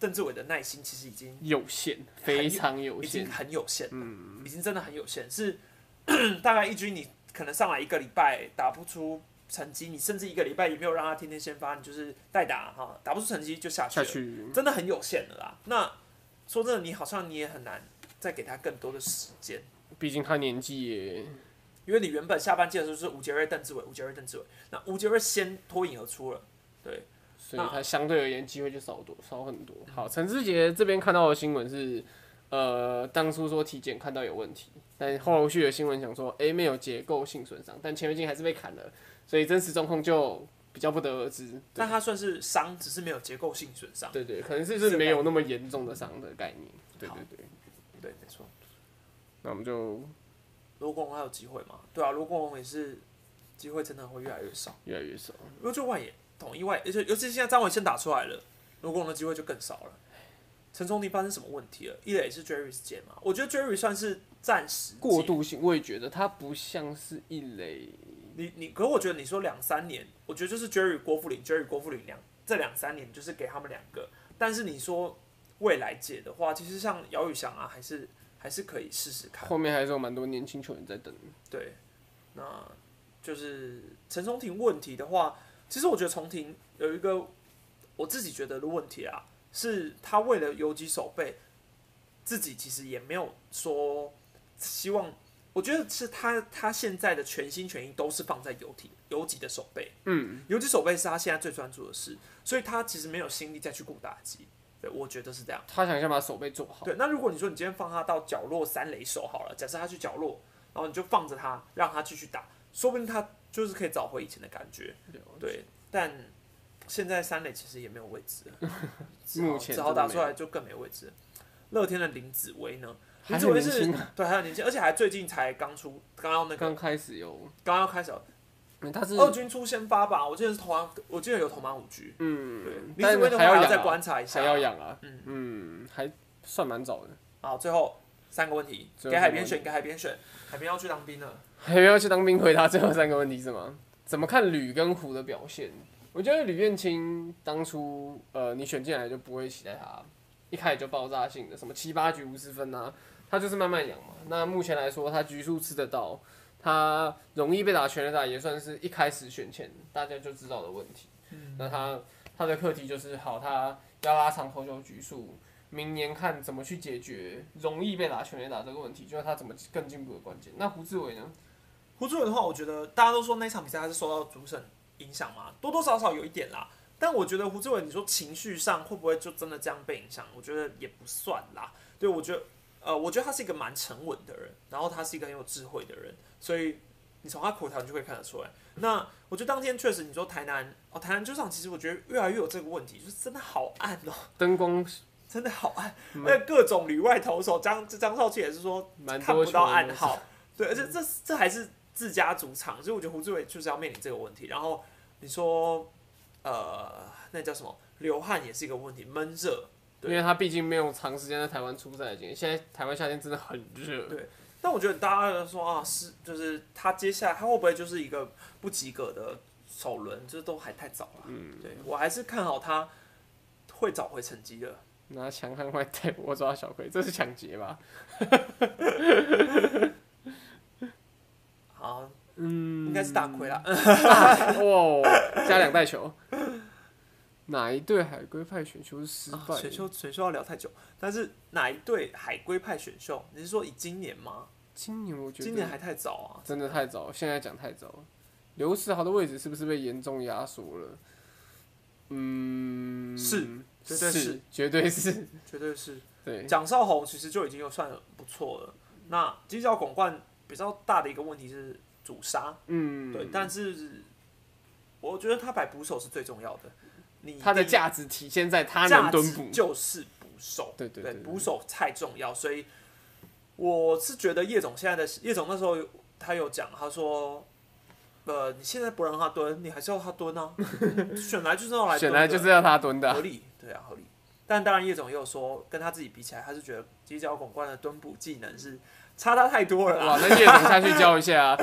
邓志伟的耐心其实已经有限，非常有已经限。很有限，嗯，已经真的很有限，是 (coughs) 大概一军你可能上来一个礼拜打不出成绩，你甚至一个礼拜也没有让他天天先发，你就是代打哈，打不出成绩就下去嗯下了，去，真的很有限的啦。那说真的，你好像你也很难再给他更多的时间，毕竟他年纪也因为你原本下半季的时候是吴杰瑞、邓志伟、吴杰瑞、邓志伟，那吴杰瑞先脱颖而出了，对，所以他相对而言机会就少多少很多。好，陈志杰这边看到的新闻是，呃，当初说体检看到有问题，但后续的新闻想说，诶，没有结构性损伤，但前面镜还是被砍了，所以真实状况就比较不得而知。但他算是伤，只是没有结构性损伤，对对，可能是是没有那么严重的伤的概念。对好对对，对，没错。那我们就罗国荣还有机会吗？对啊，罗国荣也是机会真的会越来越少。越来越少。因为就外野统一外野，而且尤其是现在张伟先打出来了，罗国荣的机会就更少了。陈松林发生什么问题了？一垒是 Jerry 解嘛？我觉得 Jerry 算是暂时解过。渡性，我也觉得它不像是一类，你你，可我觉得你说两三年，我觉得就是 Jerry 郭富林，Jerry 郭富林两这两三年就是给他们两个。但是你说未来解的话，其实像姚宇翔啊，还是还是可以试试看。后面还是有蛮多年轻球员在等。对，那就是陈松廷问题的话，其实我觉得重廷有一个我自己觉得的问题啊，是他为了游击手背，自己其实也没有说希望。我觉得是他他现在的全心全意都是放在游艇游击的手背，嗯，游击手背是他现在最专注的事，所以他其实没有心力再去顾打击。对，我觉得是这样。他想先把手背做好。对，那如果你说你今天放他到角落三垒手好了，假设他去角落，然后你就放着他，让他继续打，说不定他就是可以找回以前的感觉。对，但现在三垒其实也没有位置 (laughs) 了，只好目前只好打真的没出来就更没位置了。乐天的林子薇呢？林还子是薇年是轻啊，对，还有年轻，而且还最近才刚出，刚要那个刚开始有，刚要开始哦嗯他是二军出先发吧，我记得是投完，我记得有投满五局。对嗯，，林子薇的但话还要再养啊，观察一下，还要养啊，嗯嗯，还算蛮早的，好，最后三个问题，最后给三海个边问选，题给海边选，海边要去当兵了。还要去当兵。回答最后三个问题是吗？怎么看吕跟虎的表现？我觉得吕彦青当初呃，你选进来就不会期待他一开始就爆炸性的，什么七八局五十分啊，他就是慢慢养嘛。那目前来说，他局数吃得到，他容易被打全垒打，也算是一开始选前大家就知道的问题。那他他的课题就是好，他要拉长投球局数，明年看怎么去解决容易被打全垒打这个问题，就是他怎么更进步的关键。那胡志伟呢？胡志伟的话，我觉得大家都说那场比赛他是受到主审影响嘛，多多少少有一点啦。但我觉得胡志伟，你说情绪上会不会就真的这样被影响？我觉得也不算啦。对，我觉得，呃，我觉得他是一个蛮沉稳的人，然后他是一个很有智慧的人，所以你从他口条你就会看得出来。那我觉得当天确实，你说台南哦，台南球场其实我觉得越来越有这个问题，就是真的好暗哦，灯光真的好暗，而且各种里外投手，张张少奇也是说嗯蛮看多不球到暗的号。对，而且这这还是自家主场，所以我觉得胡志伟就是要面临这个问题。然后你说，呃，那叫什么？流汗也是一个问题，闷热。因为他毕竟没有长时间在台湾出赛的经验，现在台湾夏天真的很热。对但我觉得大家都说啊，是就是他接下来他会不会就是一个不及格的首轮？这都还太早了。嗯，对我还是看好他会找回成绩的。拿强悍坏逮我抓小葵，这是抢劫吧？ (laughs) 好，嗯，应该是大亏啦。嗯哦，加两袋球。哪一队海龟派选秀是失败啊的？选秀选秀要聊太久，但是哪一队海龟派选秀？你是说以今年吗？今年我觉得今年还太早啊。真的太早，现在讲太早了。刘世豪的位置是不是被严重压缩了？嗯，是，绝对是，绝对是，绝对是。对，蒋少红其实就已经有算不错了。那金角拱冠比较大的一个问题是主杀，嗯，对，但是我觉得他摆捕手是最重要的。你他的第一价值体现在他价能蹲捕值，就是捕手，对对对对捕手太重要，所以我是觉得叶总现在的叶总那时候有他有讲，他说。呃，你现在不让他蹲，你还是要他蹲啊？选来就是要来蹲显的，然就是要他蹲的啊合。理，对啊，合理。但当然，叶总也有说，跟他自己比起来，他是觉得犄角拱冠的蹲捕技能是差他太多了啦。哇，那叶总下去教一下啊。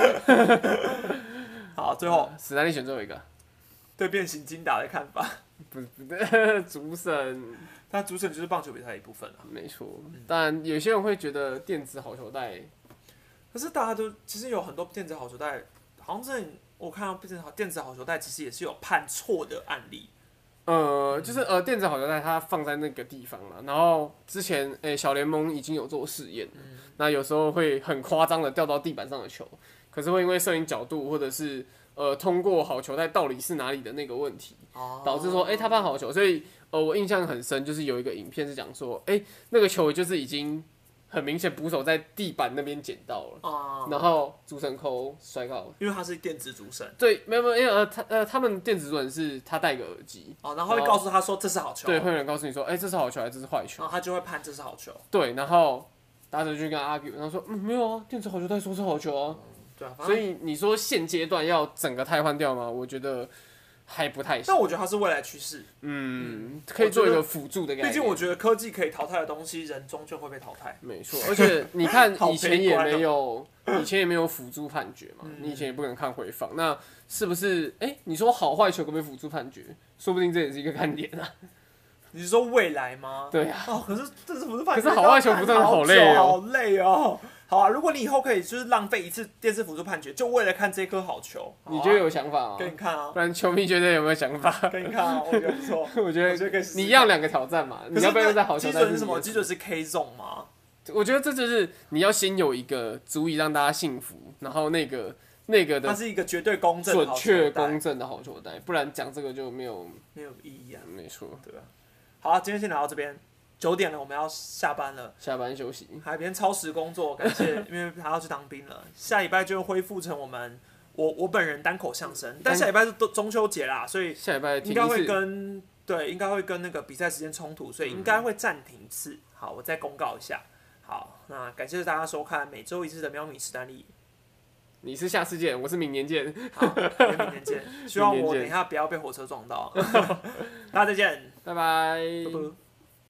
好，最后呃史丹利选最后一个，对变形金打的看法，不不对， (laughs) 主审但主审就是棒球比赛的一部分啊。没错。但有些人会觉得电子好球带可是大家都其实有很多电子好球带，好像真的我看到电子好电子好球带其实也是有判错的案例。呃，就是呃，电子好球带它放在那个地方嘛，然后之前诶、小联盟已经有做试验了，那有时候会很夸张的掉到地板上的球，可是会因为摄影角度或者是呃通过好球带到底是哪里的那个问题，哦导致说，哎、他判好球，所以呃，我印象很深，就是有一个影片是讲说，哎、那个球就是已经很明显捕手在地板那边捡到了，啊、然后主审扣摔到，因为他是电子主审对，没有没有，因为呃他呃他们电子主审是他戴个耳机，哦，然后会哦告诉他说这是好球，对，然会有人告诉你说，哎、这是好球还是这是坏球？后他就会判这是好球。对，然后打者就跟他 argue，然后说，嗯，没有啊，电子好球带说是好球啊。对啊，反所正以你说现阶段要整个汰换掉吗？我觉得还不太行。但我觉得他是未来趋势，嗯，可以做一个辅助的概念。毕竟我觉得科技可以淘汰的东西，人终究会被淘汰。没错，而且你看好以前悲也观哦没有，以前也没有辅助判决嘛，啊你以前也不可能看回放。那是不是？哎、你说好坏球可不可以辅助判决？说不定这也是一个看点啊。你是说未来吗？对啊，哦，可是这是不是犯？可是好外球不是很好好累哦好累哦。好啊，如果你以后可以就是浪费一次电视辅助判决，就为了看这颗好球，好啊你觉得有想法吗？哦给你看啊，不然球迷觉得有没有想法？给你看啊，我觉得不错。 (laughs) 我 (laughs) 觉我觉得可以得试试你要两个挑战嘛，可你是要不要那用在好球基带准里是什么？面基准是 K 中吗？我觉得这就是你要先有一个足以让大家信服，然后那个那个它的是一个绝对公正、准确好球带公正的好球带，不然讲这个就没有没有意义啊，没错。对吧？好啊，今天先聊到这边，九点了，我们要下班了。下班休息，海边超时工作，感谢，因为他要去当兵了，下礼拜就恢复成我们我我本人单口相声，但下礼拜是都中秋节啦，所以下礼拜听应该一会次。跟对，应该会跟那个比赛时间冲突，嗯所以应该会暂停一次。好，我再公告一下。好，那感谢大家收看每周一次的喵米史丹利，你是下次见，我是明年见，好，我们明年见。希望明年我见 (laughs) 等一下不要被火车撞到。大家再见，拜拜拜拜